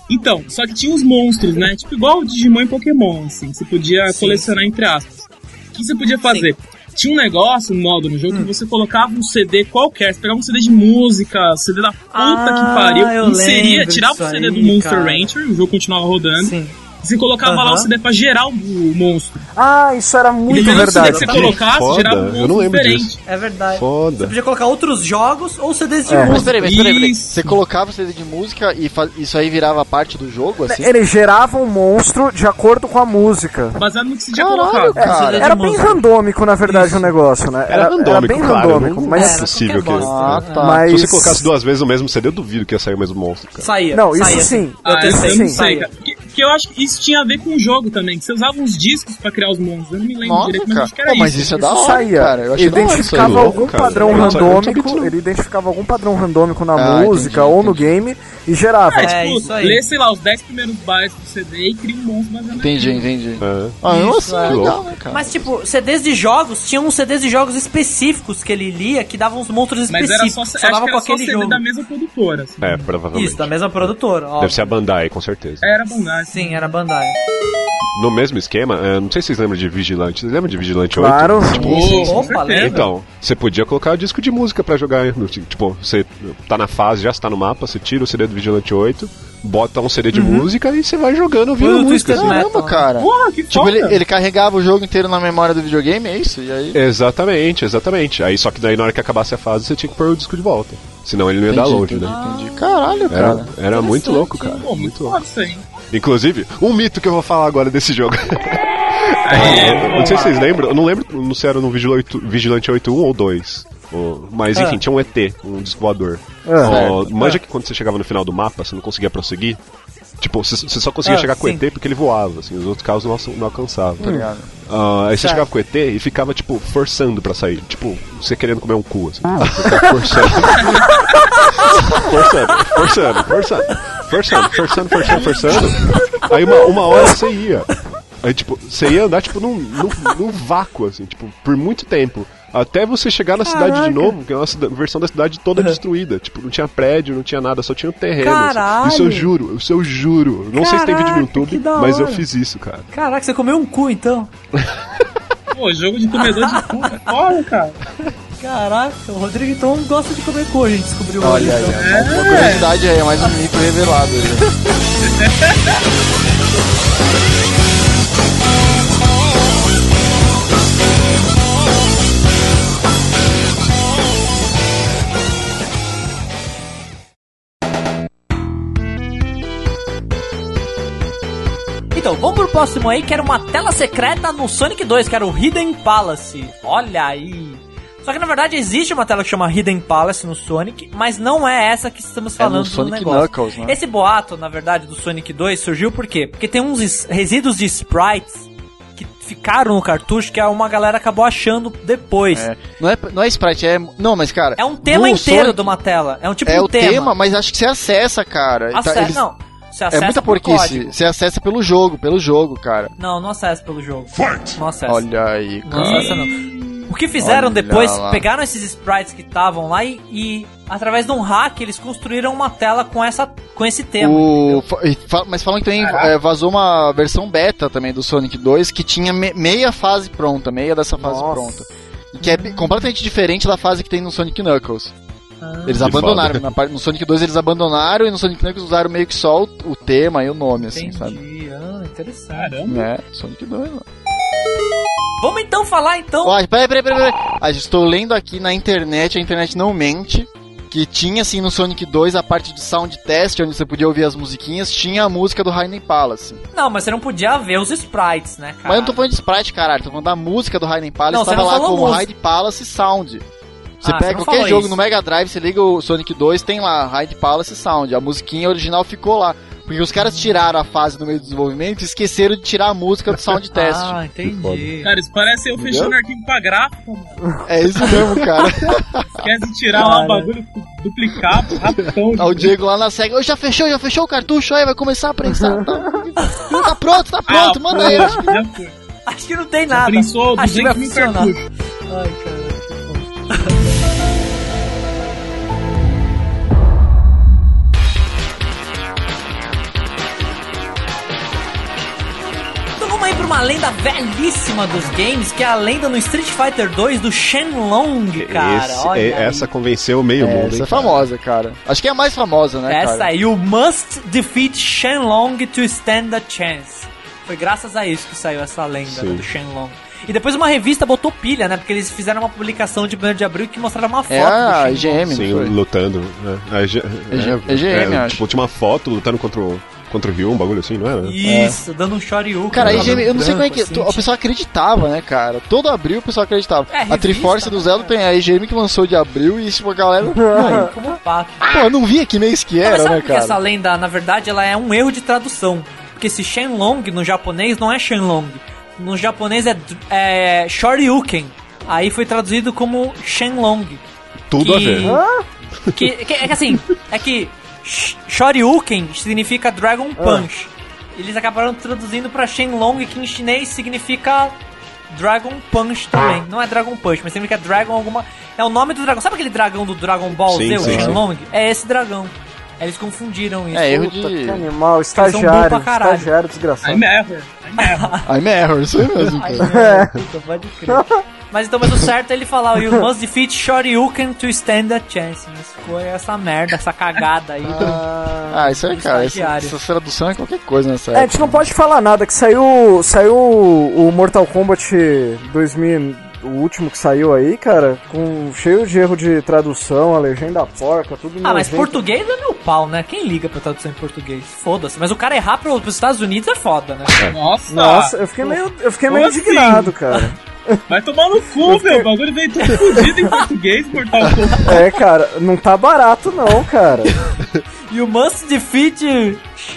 C: Então, só que tinha os monstros, né? Tipo, igual o Digimon e Pokémon, assim. que Você podia
H: Sim.
C: colecionar entre aspas. O que você podia fazer? Tinha um negócio, um modo no
H: Hum.
C: jogo, que você colocava um CD qualquer. Você pegava um CD de música, CD da puta
H: Ah,
C: que pariu.
H: eu
C: Inseria,
H: lembro
C: tirava o
H: disso
C: CD do
H: aí,
C: Monster
H: cara.
C: Rancher, o jogo continuava rodando.
H: Sim.
C: Você colocava lá o CD pra gerar o, o monstro.
D: Ah, isso era
C: E
D: muito
C: dependendo do CD que
D: verdade.
C: você
E: Entendi.
C: colocasse,
E: Foda,
C: gerava um
E: eu
C: monstro
E: não lembro
C: diferente.
E: disso.
H: É verdade. Você
E: Foda.
H: podia colocar outros jogos ou CDs de
D: É.
B: Mas
H: música.
B: peraí, mas peraí, peraí.
C: Isso.
B: Você colocava o CD de música e fa- isso aí virava parte do jogo, assim?
H: É,
D: Ele gerava um monstro de acordo com a música.
C: Baseado no que você tinha
B: Caralho,
C: colocado.
B: cara.
H: CD
D: Era bem randômico, na verdade, o negócio, né?
E: Era randômico,
D: bem
E: claro.
D: randômico,
E: não
D: mas.
E: é possível que.
H: qualquer
B: Ah,
E: né?
B: tá.
D: mas-
E: Se você colocasse duas vezes o mesmo CD, eu duvido que ia sair o mesmo monstro, cara.
H: Saía.
D: Não, isso
H: saía,
D: sim.
H: Eu
C: Ah,
H: testei,
C: eu não sei,
D: sim.
H: saía.
C: cara. Porque, porque eu acho que isso tinha a ver com o jogo também. Que você usava uns discos pra criar os monstros. Eu não me lembro
B: Nossa,
C: direito, mas
B: cara.
C: acho que era
B: Pô, mas
C: isso.
B: isso é da
D: Isso
B: hora,
D: saía.
B: cara. Eu achei
D: ele
B: da hora isso aí.
D: identificava
E: louco,
D: algum
E: cara.
D: padrão
E: Eu não sabia- eu não sabia disso,
D: randômico,
E: não.
D: ele identificava algum padrão randômico na
B: Ah,
D: música
B: entendi,
D: ou no game e gerava.
H: É,
C: Tipo,
H: isso aí.
C: Lê, sei lá, os 10 primeiros bytes do CD e cria um monstro baseado
B: Entendi, entendi.
E: É.
B: Ah, nossa,
E: é.
B: legal, né, cara?
H: Mas, tipo, CDs de jogos, tinha uns CDs de jogos específicos que ele lia que davam uns monstros
C: Mas
H: específicos.
C: era só, acho
H: só dava
C: que
H: com
C: era só
H: aquele
C: CD
H: jogo.
C: da mesma produtora. assim.
E: É, provavelmente.
H: Isso, da mesma produtora. Ó.
E: Deve ser a Bandai, com certeza.
C: Era né? Bandai.
H: Sim, era Bandai.
E: No mesmo esquema, eh, não sei se vocês lembram de Vigilante. Vocês lembram de Vigilante 8?
D: Claro.
E: Tipo,
C: com
H: Opa,
C: certeza.
H: lembra?
E: Então, você podia colocar o disco de música pra jogar. no- Tipo, você tá na fase, já está no mapa, você tira o CD do Vigilante 8, bota um CD de
B: Uhum.
E: música e você vai jogando ouvindo
H: Põe o
E: música.
B: é
H: Twisted
E: assim.
H: Metal.
B: Caramba, cara.
C: Porra, que
B: Tipo,
C: foda.
B: ele, ele carregava o jogo inteiro na memória do videogame, é isso? E aí.
E: Exatamente, exatamente. Aí só que daí na hora que acabasse a fase, você tinha que pôr o disco de volta. Senão ele não ia dar
B: Entendi,
E: load,
B: entendi, Ah, tá.
E: né?
B: entendi. Caralho,
E: Era,
B: cara.
E: era muito louco, cara.
C: Pô,
E: muito
C: muito
E: louco.
C: foda isso aí.
E: Inclusive, um mito que eu vou falar agora desse jogo. não sei se vocês lembram, eu não lembro não se era no Vigil- oito- Vigilante 8.1 ou 2. ou-
H: Ah.
E: Mas enfim, tinha um ET, um disco voador. Ó, manja que quando você chegava no final do mapa, você não conseguia prosseguir. Tipo, você você só conseguia
H: Ah,
E: chegar com o
H: sim. Hum.
E: ET porque ele voava, assim, os outros carros não, alça- não alcançavam. tá ligado?
B: Obrigado.
E: Ah, aí você chegava com o ET e ficava, tipo, forçando pra sair. Tipo, você querendo comer um cu, assim.
H: Ah.
E: Forçando. forçando, forçando, forçando. Forçando, forçando, forçando, forçando. Aí uma, uma hora você ia. Aí, tipo, você ia andar, tipo, num, num, num vácuo, assim, tipo, por muito tempo. Até você chegar na cidade de novo, que é uma cida- versão da cidade toda destruída. Tipo, não tinha prédio, não tinha nada, só tinha um terreno. assim.
H: Caralho!
E: Isso eu juro, isso eu juro. Não sei se tem vídeo no
H: Caraca, que
E: YouTube,
H: da
E: mas eu
H: hora.
E: fiz isso, cara.
H: Caraca, você comeu um cu então?
C: Pô, jogo de comedor de cu é foda, cara.
H: Caraca, o Rodrigo então gosta de comer cu, a gente descobriu hoje.
B: Olha aí,
H: Então.
B: ó. Uma curiosidade aí, é mais um mito revelado né? aí.
H: Então, vamos pro próximo aí, que era uma tela secreta no Sonic 2, que era o Hidden Palace. Olha aí. Só que na verdade existe uma tela que chama Hidden Palace no Sonic, mas não é essa que estamos
B: É
H: falando
B: no
H: do
B: Sonic
H: negócio.
B: Knuckles, né?
H: Esse boato, na verdade, do Sonic 2 surgiu por quê? Porque tem uns es- resíduos de sprites que ficaram no cartucho que uma galera acabou achando depois. É,
B: É. Não é, não é sprite, é. Não, mas cara.
H: um tema
B: no
H: inteiro
B: Sonic-
H: de uma tela. É um tipo
B: É
H: de
B: o tema. mas acho que você acessa, cara. Tá,
H: Acessa,
B: eles-
H: não. Você
B: É
H: acessa
B: muita
H: por
B: porquice.
H: código.
B: Você acessa pelo jogo, pelo jogo, cara.
H: Não, não acessa pelo jogo. Não acessa.
B: Olha aí,
H: Não
B: cara.
H: acessa, não. O que fizeram
B: Olha
H: depois,
B: lá.
H: pegaram esses sprites que estavam lá e, e, através de um hack, eles construíram uma tela com, essa, com esse tema.
B: O, fa- e fa- mas falam que também é, vazou uma versão beta também do Sonic 2 que tinha me- meia fase pronta, meia dessa fase
D: Nossa.
B: pronta. E Que é bi- completamente diferente da fase que tem no Sonic Knuckles. Eles
H: Ah.
E: Que
B: abandonaram,
E: foda.
B: na parte- no Sonic 2 eles abandonaram e no Sonic Knuckles usaram meio que só o, o tema e o nome, assim, sabe?
H: Entendi, ah, interessante.
C: Caramba.
B: É, Sonic 2. mano.
H: Vamos então falar então.
B: Ó, peraí, peraí, peraí, peraí. Ah, estou lendo aqui na internet, a internet não mente, que tinha assim no Sonic 2 a parte de sound test, onde você podia ouvir as musiquinhas, tinha a música do Raiden Palace.
H: Não, mas você não podia ver os sprites, né, cara?
B: Mas eu não tô falando de sprite, caralho. Tô falando da música do Raiden Palace.
H: Não, você
B: tava
H: não
B: lá
H: falou
B: como
H: música.
B: Raiden Palace Sound. Você
H: Ah, você
B: pega
H: não
B: qualquer
H: falou
B: jogo
H: isso.
B: no Mega Drive, você liga o Sonic 2, tem lá Raiden Palace Sound. A musiquinha original ficou lá. Porque os caras tiraram a fase do meio do desenvolvimento e esqueceram de tirar a música do sound test.
H: Ah, entendi.
C: Cara, isso parece eu fechando arquivo pra gráfico.
B: É isso mesmo, cara.
C: Esquece de tirar lá o bagulho, duplicar, rapidão. tipo,
B: Tá o Diego lá na SEGA. "Ô, Já fechou, já fechou o cartucho aí, vai começar a prensar. Tá, tá pronto, tá
H: Ah,
B: pronto, manda aí.
C: Acho que ah, já foi.
H: Acho que não tem nada.
C: Prensou
H: Acho que vai
C: 200 mil
H: funcionar.
C: cartuchos.
H: Ai, cara. Então vamos aí pra uma lenda velhíssima dos games, que é a lenda no Street Fighter 2 do Shenlong, cara.
E: Esse-
H: olha
E: é-
H: aí.
E: essa convenceu meio mundo.
B: Essa
E: hein,
B: é famosa, cara. Acho que é a mais famosa, né,
H: Essa
B: cara?
H: aí, you must defeat Shenlong to stand a chance. Foi graças a isso que saiu essa lenda né,
E: Sim.
H: do Shenlong. E depois uma revista botou pilha, né? Porque eles fizeram uma publicação de 1 de abril que mostrava uma foto
B: É a
H: do Shenlong.
B: IGM, não
E: Sim,
B: foi? É
E: lutando. Né? A G-
B: G- EGM, acho.
E: Tipo, tinha uma foto lutando contra o, contra o Ryu, um bagulho assim, não era?
H: Isso, dando um shoryuken.
B: Cara, aí,
H: Tava
B: gente, eu não sei como é que.
H: branco,
D: tipo-
B: O
H: assim,
B: pessoal acreditava, né, cara? Todo abril o pessoal acreditava.
H: É,
B: a Triforce
H: revista,
B: do Zelda
H: né,
B: tem a EGM que lançou de abril e tipo, a galera.
H: tipo, Como pato.
B: Pô, eu não via que mês que
H: Mas
B: era,
H: sabe
B: né,
H: que é
B: cara?
H: essa lenda, na verdade, ela é um erro de tradução. Porque esse Shenlong no japonês não é Shenlong. No japonês é, é Shoryuken. Aí foi traduzido como Shenlong.
E: Tudo a ver. É
H: ver. Que, que- é que assim, é que Sh- Shoryuken significa Dragon Punch. Eles acabaram traduzindo pra Shenlong, que em chinês significa Dragon Punch também. Não é Dragon Punch, mas significa Dragon alguma. É o nome do dragão. Sabe aquele dragão do Dragon Ball
E: Sim,
H: Z, o
E: sim, sim.
H: Shenlong? É esse dragão. Aí Eles confundiram isso.
B: É erro
D: Puta, que
B: de.
D: animal,
H: bons pra
D: estagiário,
H: caralho.
D: estagiário desgraçado.
C: I'm ever. I'm ever.
B: I'm error, isso aí mesmo,
H: Ai,
B: cara.
H: não, puta, pode crer. Mas então, mas o certo é ele falar, you must defeat Shoryuken to stand a chance. Mas Foi essa merda, essa cagada aí.
B: Ah, isso aí, cara. Essa,
H: Estagiário.
B: essa tradução é qualquer coisa nessa
D: É, a
B: época.
D: gente não pode falar nada, que saiu, saiu o Mortal Kombat 2000, o último que saiu aí, cara, com cheio de erro de tradução, a legenda porca, tudo
H: Ah, mas
D: nojento.
H: português é meu pau, né? Quem liga pra tradução em português? Foda-se. Mas o cara errar pro, pros Estados Unidos é foda, né?
C: Nossa,
D: Nossa, eu fiquei meio, eu fiquei meio
C: Ah, Como assim?
D: indignado, cara.
C: vai tomar no cu, meu. O bagulho veio tudo fodido em português, Mortal Kombat.
D: É, cara, não tá barato não, cara.
H: You must defeat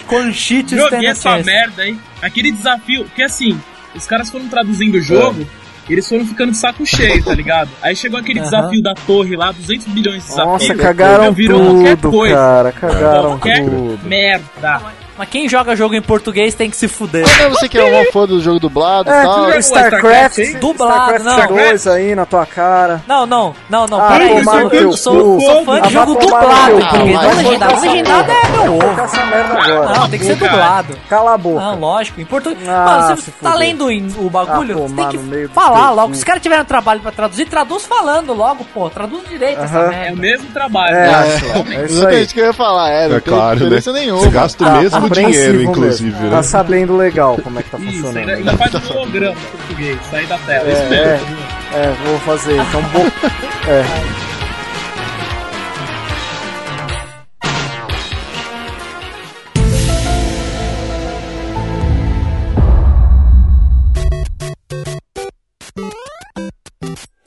H: Conchi to stand
C: Joguei
H: a
C: essa
H: chance.
C: merda, hein? Aquele desafio, porque assim, os caras foram traduzindo o jogo,
D: É.
C: e eles foram ficando de saco cheio, tá ligado? Aí chegou aquele desafio da torre lá, 200 bilhões de desafios.
D: Nossa, cagaram
C: meu, virou qualquer
D: tudo,
C: coisa.
D: cara, cagaram
C: Qualquer
D: tudo.
C: Merda.
H: Mas quem joga jogo em português tem que se fuder.
B: Ah, não, você que é um fã do jogo dublado e
D: É,
B: tal.
D: tudo é StarCraft,
C: hein?
H: Dublado,
D: StarCraft
H: não.
D: 2 aí na tua cara.
H: Não, não, não, não.
D: Ah,
H: peraí,
D: vai
H: eu
D: tomar
H: sou,
D: no
H: eu
D: teu
H: sou,
C: cu.
H: sou fã de
D: Ah, vai
H: é
D: tomar
H: jogo
D: no
H: dublado
D: teu
H: em
B: cu.
H: português. Não
B: Vai
H: legendado.
D: tomar no
H: Legendado é meu
D: Vou
H: ovo.
D: Tocar essa merda agora.
H: Não, tem que ser
C: Cara.
H: dublado.
D: Cala a boca.
H: Não, lógico. Em português.
D: Ah,
H: Mano, você
D: se
H: tá
D: fuder.
H: lendo em- o bagulho,
D: Ah, pô,
H: você tem
D: mano,
H: que
D: meio do
H: falar
D: teu
H: logo.
D: cu.
H: Se os caras tiveram trabalho pra traduzir, traduz falando logo, pô. Traduz direito essa
D: Aham.
C: É o
H: merda.
C: mesmo trabalho.
D: É,
C: né?
D: Axel, é isso aí.
B: Exatamente o que eu ia falar, é, não
E: É
B: tem
E: claro, né?
B: diferença nenhuma.
E: Você gasta o
H: Ah,
D: Tá
E: mesmo dinheiro,
D: compreensivo
E: inclusive,
D: mesmo.
E: né?
D: Tá sabendo legal como é que tá
C: Isso,
D: funcionando.
C: ainda, ainda faz um holograma em português, sair da tela.
D: É,
C: isso mesmo.
D: é, é, vou fazer. Então, bo... é.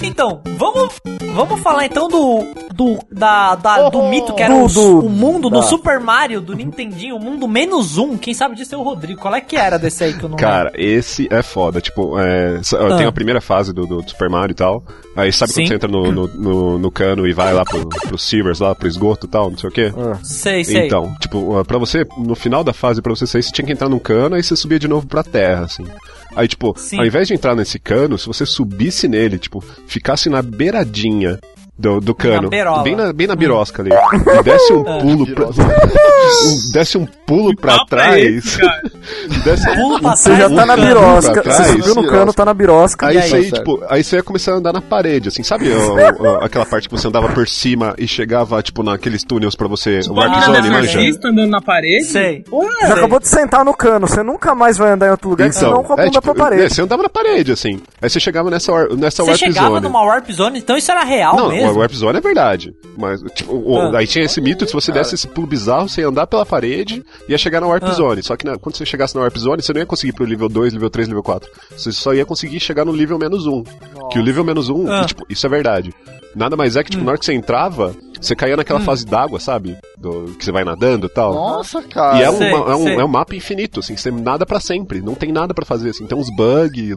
H: Então, vamos, vamos falar então do do da, da- do mito que era
D: Uhum. Do-
H: o,
D: do-
H: o mundo do
D: da-
H: Super Mario, do Nintendinho, o mundo menos um. Quem sabe disso é o Rodrigo. Qual é que era desse aí que eu não lembro?
E: Cara, esse é foda. Tipo, é, s- ó,
H: Ah.
E: tem a primeira fase do, do Super Mario e tal. Aí sabe
H: Sim.
E: quando você entra no, no, no- no cano e vai lá pro, pro Sivers, lá pro esgoto e tal, não sei o
B: Ah.
E: quê?
H: Sei, sei.
E: Então, tipo, ah, pra você, no final da fase, pra você sair, você tinha que entrar num cano, aí você subia de novo pra terra, assim. Aí, tipo,
H: Sim.
E: ao invés de entrar nesse cano, se você subisse nele, tipo, ficasse na beiradinha do, do cano,
H: beirola.
E: bem na, bem na birosca ali, e desse um pulo pra, um- desse um pulo pra
C: Dá pra
E: trás,
C: é esse, cara.
E: desse
H: Pulo pra
D: Você já
H: trás
D: tá
H: do
D: na
H: cano.
D: birosca.
E: Pra
D: Você
E: trás,
D: subiu no cano, tá na birosca.
E: Aí,
H: E
E: isso
H: aí?
E: aí, tipo, aí você ia começar a andar na parede, assim, sabe o- o- aquela parte que você andava por cima e chegava, tipo, naqueles túneis pra você.
C: Tipo,
E: o
C: a
E: Warp
C: mina
E: Zone,
C: da
E: manja?
C: artista andando na parede.
H: Sei.
D: Já acabou de sentar no cano. Você nunca mais vai andar em outro lugar, senão com a bunda pra
E: Então, é,
D: parede.
E: você andava na parede, assim. Aí você chegava nessa, war- nessa
H: Você
E: Warp
H: chegava
E: Zone.
H: numa Warp Zone, então isso era real
E: Não,
H: mesmo?
E: a Warp Zone é verdade. Mas, tipo, o-
H: Ah.
E: aí tinha esse mito de se você desse esse pulo bizarro, você ia andar pela parede e ia chegar na Warp
H: Ah.
E: Zone. Só que na- quando você chegasse na Warp Zone, você não ia conseguir ir pro nível 2, nível 3, nível 4. Você só ia conseguir chegar no nível menos 1. Que o nível menos 1,
H: Ah. Hum.
E: tipo, isso é verdade. Nada mais é que, tipo, na hora que você entrava, você caía naquela fase d'água, sabe? Do, que você vai nadando e tal.
B: Nossa, cara.
E: E é,
H: Sei,
E: uma- é um,
H: sei.
E: é um mapa infinito, assim, você tem nada pra sempre, não tem nada pra fazer, assim, tem uns bugs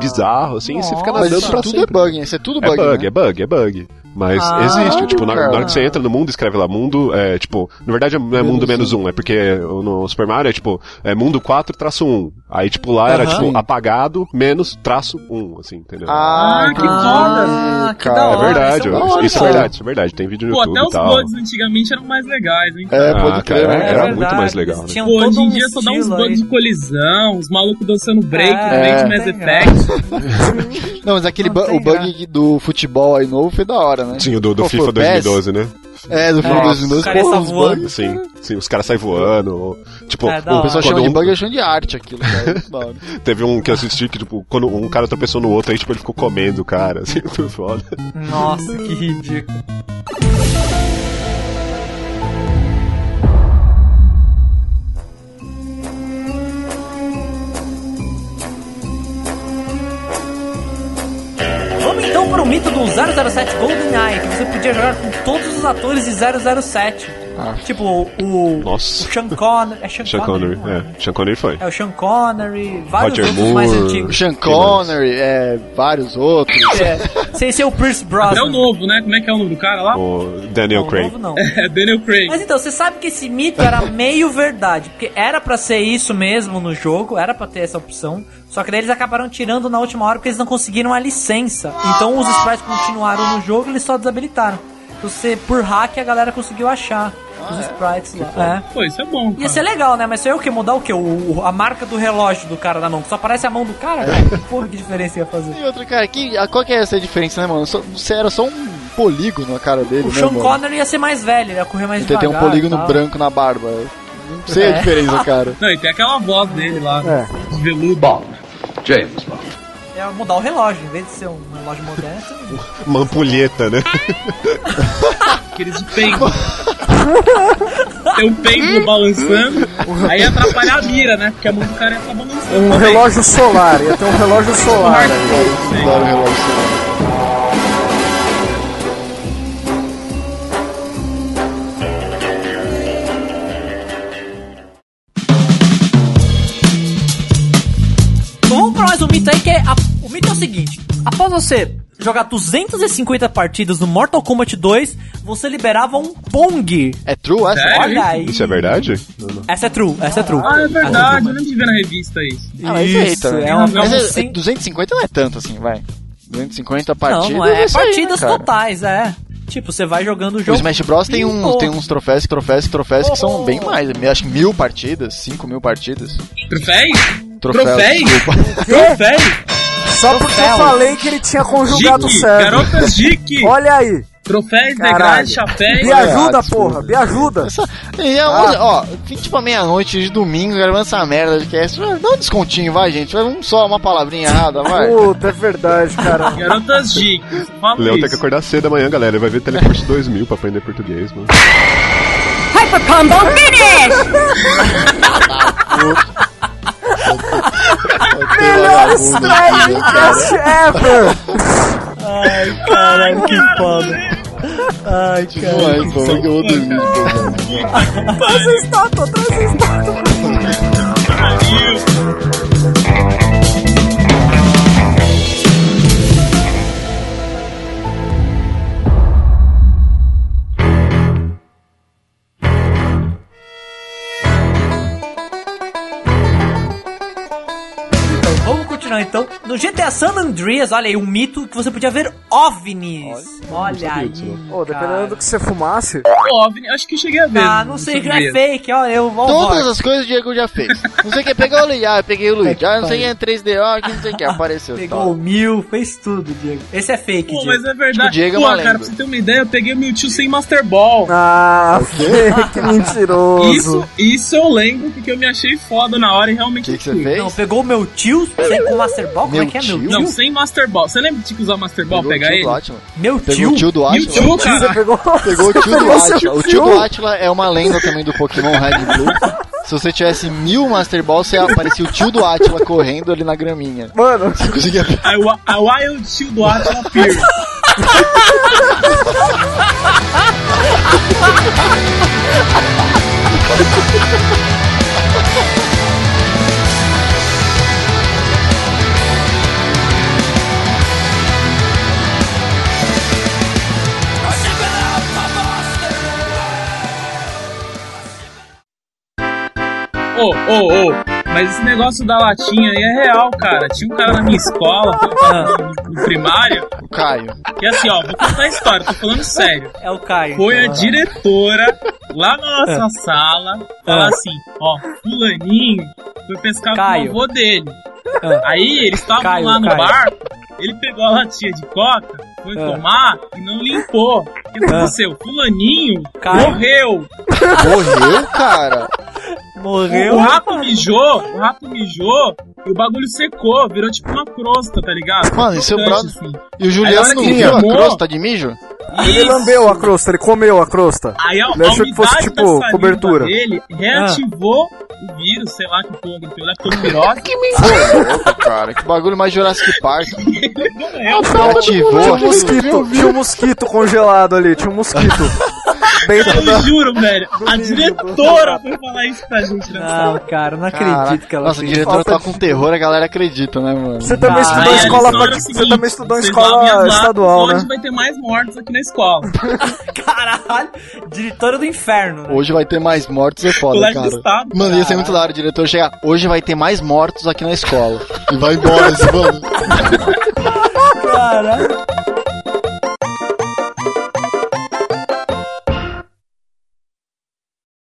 E: bizarros, assim, e você fica
B: Ah. Mas
E: nadando
B: isso
E: pra
B: tudo
E: sempre.
B: é bug, isso é tudo
E: É
B: bug.
E: bug,
B: né?
E: é bug, é bug. Mas
H: Ah,
E: existe, tipo, na,
B: cara.
E: na hora que você entra no mundo, escreve lá, mundo, é, tipo, na verdade é, é mundo menos um, é porque no Super Mario é, tipo, é mundo 4 traço 1. Aí, tipo, lá era,
H: Aham.
E: tipo, apagado menos traço 1, assim, entendeu?
B: Ah,
C: Ah, que foda.
B: entendi, cara.
E: é verdade,
H: isso é
E: ó,
H: foda,
E: isso é
H: cara.
E: verdade, isso é verdade, tem vídeo no
C: Pô,
E: YouTube
C: até
E: e
C: os
E: tal.
C: bugs antigamente eram mais legais, hein?
B: É,
E: Ah,
B: pode crer.
E: cara,
B: né,
E: é,
B: cara?
E: era muito mais legal, né?
H: Tinha
C: Pô,
H: todo
C: hoje em
H: um
C: dia só dá uns
H: estilo
C: bugs
H: aí.
C: de colisão, os malucos dançando break
H: É,
C: no meio de
H: é.
C: Mass Effect.
B: Não, mas aquele
H: Não
B: bu-
H: tem
B: o bug do futebol aí novo foi da hora, né?
H: um
E: Sim, o do, do
B: Qual foi
E: FIFA
B: o PES?
E: 2012, né?
B: É, no final
H: É,
B: de 2012
H: os caras
B: pô,
H: saem
B: uns
H: voando.
B: bugs.
E: Sim, sim, os caras saem voando. ou- tipo,
H: É, da
B: O
H: hora.
B: pessoal
E: quando
B: chama de
E: um-
B: bug achando de arte aquilo, cara. é Muito da hora.
E: Teve um que eu assisti que, tipo, quando um cara tropeçou no outro, aí, tipo, ele ficou comendo o cara, assim, foi foda.
H: Nossa, que ridículo. Vamos então para o mito do 007 GoldenEye, que você podia jogar com todos os atores de 007. Tipo, o, o
E: Ah. Nossa.
H: Sean Connery. É Sean,
E: Sean
H: Connery,
E: Connery,
H: não é?
E: é. Sean Connery foi.
H: É o Sean Connery, vários
E: Roger
H: outros mais
E: Moore.
B: O
H: antigos.
B: Sean Connery, é, vários outros.
H: É, sem ser o Pierce
C: É o
H: Brosnan.
C: novo, né? Como é que é o nome do cara lá?
E: O
H: Não,
E: Daniel
H: o
E: Craig.
H: novo não.
C: É Daniel Craig.
H: Mas então, você sabe que esse mito era meio verdade, porque era pra ser isso mesmo no jogo, era pra ter essa opção, só que daí eles acabaram tirando na última hora porque eles não conseguiram a licença. Então os sprites continuaram no jogo, eles só desabilitaram. Então, Você, por hack, a galera conseguiu achar os sprites
B: Ah,
H: lá. É.
C: Pô, isso é bom.
H: Ia
C: Cara.
H: ser legal, né? Mas só eu que mudar o quê? O, o- a marca do relógio do cara na mão, que só aparece a mão do cara? cara? Porra, que diferença ia fazer?
B: E outro cara, que, a- qual que é essa diferença, né, mano? Só, você era só um polígono na cara dele,
H: O
B: né,
H: Sean
B: mano?
H: Connery ia ser mais velho, ele ia correr mais
B: Tem, tem
H: devagar.
B: um polígono
H: e tal. É.
B: branco na barba. Não sei a diferença, cara.
C: Não, e tem aquela voz dele lá,
D: É.
C: de veludo.
H: É mudar o relógio, em vez de ser um relógio moderno, você muda.
E: Uma ampulheta, né?
C: Aqueles peitos. Tem um peito balançando, aí ia atrapalhar a mira, né? Porque a mão do cara ia estar balançando.
D: Um
C: também.
D: relógio solar, ia ter um relógio solar.
C: Mark
D: aí.
C: Wolff, né?
B: Adoro o relógio celular.
H: Então vamos pra mais um mito aí, que é... a- O mito é o seguinte, após você jogar 250 partidas no Mortal Kombat 2, você liberava um Pong.
B: É true essa?
C: Sério?
H: Olha aí.
E: Isso é verdade? Não, não.
H: Essa é true, essa é true.
C: Ah, é verdade, eu lembro de ver na revista isso.
B: Ah, mas isso aí também.
H: é uma
B: Mas é-
H: sim.
B: é 250 não é tanto assim, vai. 250
H: Não,
B: partidas.
H: não é, é
B: isso aí, né,
H: partidas
B: cara?
H: totais, é. Tipo, você vai jogando o
B: O
H: jogo.
B: Smash Bros tem, um,
H: Pô.
B: tem uns troféus, troféus, troféus que
H: Oh.
B: são bem mais. eu Acho que mil partidas, cinco mil partidas.
C: Troféu?
B: Troféus.
C: Troféu?
B: desculpa.
C: Troféu?
D: Só porque eu falei que ele tinha conjugado
C: Dick,
D: certo.
C: garotas Dick,
D: Olha aí,
C: troféus,
D: Caralho.
C: degraus, chapéus.
D: me ajuda,
B: desculpa.
D: porra, me ajuda.
B: Essa- e é uma- ó, 20 pra meia-noite de domingo, gravando essa merda de cast. Dá um descontinho, vai, gente. Vai, um só, uma palavrinha errada, vai.
D: Puta, é verdade, cara.
C: Garotas Dick,
E: O
C: fala
E: Leão tem que
C: isso.
E: acordar cedo amanhã, galera. Ele vai ver Teleport 2000 pra aprender português, mano.
A: Hyper Combo Finish!
D: Melhor Strike Cast ever!
H: Ai, caralho, que foda. Ai, cara.
B: Vai, pô, que eu vou dormir, pô.
D: Traz a estátua, traz a estátua.
H: Vamos continuar então. No GTA San Andreas, olha aí, um mito que você podia ver OVNIs. Olha aí.
D: Ô,
H: cara.
D: dependendo do que você fumasse,
C: Pô, OVNI, acho que eu cheguei a ver.
H: Ah, não sei, já é fake, ó, eu vou
B: Todas as coisas o Diego já fez. Não sei o que, pegou o Luigi, ah, eu peguei o Luigi. Ah, não sei quem é 3D, ó, que não sei o que, apareceu.
H: Pegou o mil, fez tudo, Diego. Esse é fake,
C: Pô,
H: Diego.
C: mas é
B: Acho que o
C: verdade.
B: Diego é
C: Pô,
B: uma
C: cara,
B: lenda.
C: pra você ter uma ideia, eu peguei meu tio sem Master Ball.
D: Ah, que mentiroso.
C: Isso, isso eu lembro porque eu me achei foda na hora e realmente.
B: O que, que
C: fui.
B: você fez?
H: Não, pegou o meu tio sem com o Master Ball? Como é
B: Meu
H: que é
B: tio?
H: meu tio?
C: Não, sem Master Ball. Você lembra de que usar Master Ball,
B: Pegou o
C: pegar
B: tio
C: ele?
B: do Atman.
H: Meu
B: Pegou o
H: tio?
B: tio do
C: E o
B: Atman.
C: tio,
D: Você
C: cara.
D: pegou,
B: Pegou o tio do
D: pegou seu
B: Atila. O tio do Atila é uma lenda também do Pokémon Red e Blue. Se você tivesse mil Master Ball, você aparecia o tio do Atila correndo ali na graminha.
D: Mano,
B: Você conseguia
C: A, wi- a Wild Tio é do Atlas Pierce. Ô, ô, ô, mas esse negócio da latinha aí é real, cara. Tinha um cara na minha escola, um no primário,
B: o Caio.
C: que assim, ó, vou contar a história, tô falando sério.
H: É o Caio.
C: Foi a diretora lá na nossa
H: É.
C: sala falar assim, ó, fulaninho foi pescar com
H: Caio.
C: o avô dele.
H: Ah.
C: Aí eles estavam
H: Caio, É.
C: lá no
H: Caio.
C: barco, ele pegou a latinha de coca, foi tomar e não limpou. O que
H: É.
C: aconteceu? Fulaninho
H: Caiu.
C: morreu.
B: Morreu, cara?
H: Morreu.
C: O rato mijou, o rato mijou e o bagulho secou, virou tipo uma crosta, tá ligado?
B: Mano, e seu
C: Crocante,
B: brother-
C: assim.
B: E o
C: Aí
B: Juliano
C: na
B: não
C: hora que
B: viu a
C: ele tomou-
B: crosta de mijo?
D: Ele
C: Isso.
D: lambeu a crosta, ele comeu a crosta.
C: Aí a, a
D: Ele achou que fosse,
C: umidade
D: tipo,
C: da saliva
D: cobertura.
C: dele reativou o vírus, sei lá que porra, que leptospirose. que
B: Pô, louco, cara. Que bagulho mais Jurassic Park.
C: morreu.
B: Ativou
D: Tinha um mosquito, tinha um mosquito congelado ali, tinha um mosquito.
C: Eu
D: Dentro da...
C: juro, velho. A
D: tá
C: diretora foi falar isso pra gente né? nessa
D: é
H: Não, cara, não acredito que ela
B: Nossa, o
H: fez.
B: diretor
D: Falta
B: tá
D: de-
B: com terror, a galera acredita, né, mano?
D: Você também estudou
C: Aí
D: em
C: a
D: escola,
C: história é
D: partic-
C: o
D: você
C: seguinte,
D: também estudou em
C: vocês vão me
D: escola
C: avisar
D: estadual,
C: que
D: né?
C: Hoje vai ter mais mortes aqui na escola.
H: Caralho, diretora do inferno. né?
B: Hoje vai ter mais mortos, é foda,
C: Colégio do
B: cara.
C: Estado.
B: Mano, ia ser muito da hora o diretor chegar. Hoje vai ter mais mortos aqui na escola. E vai embora, esse mano.
H: Caralho.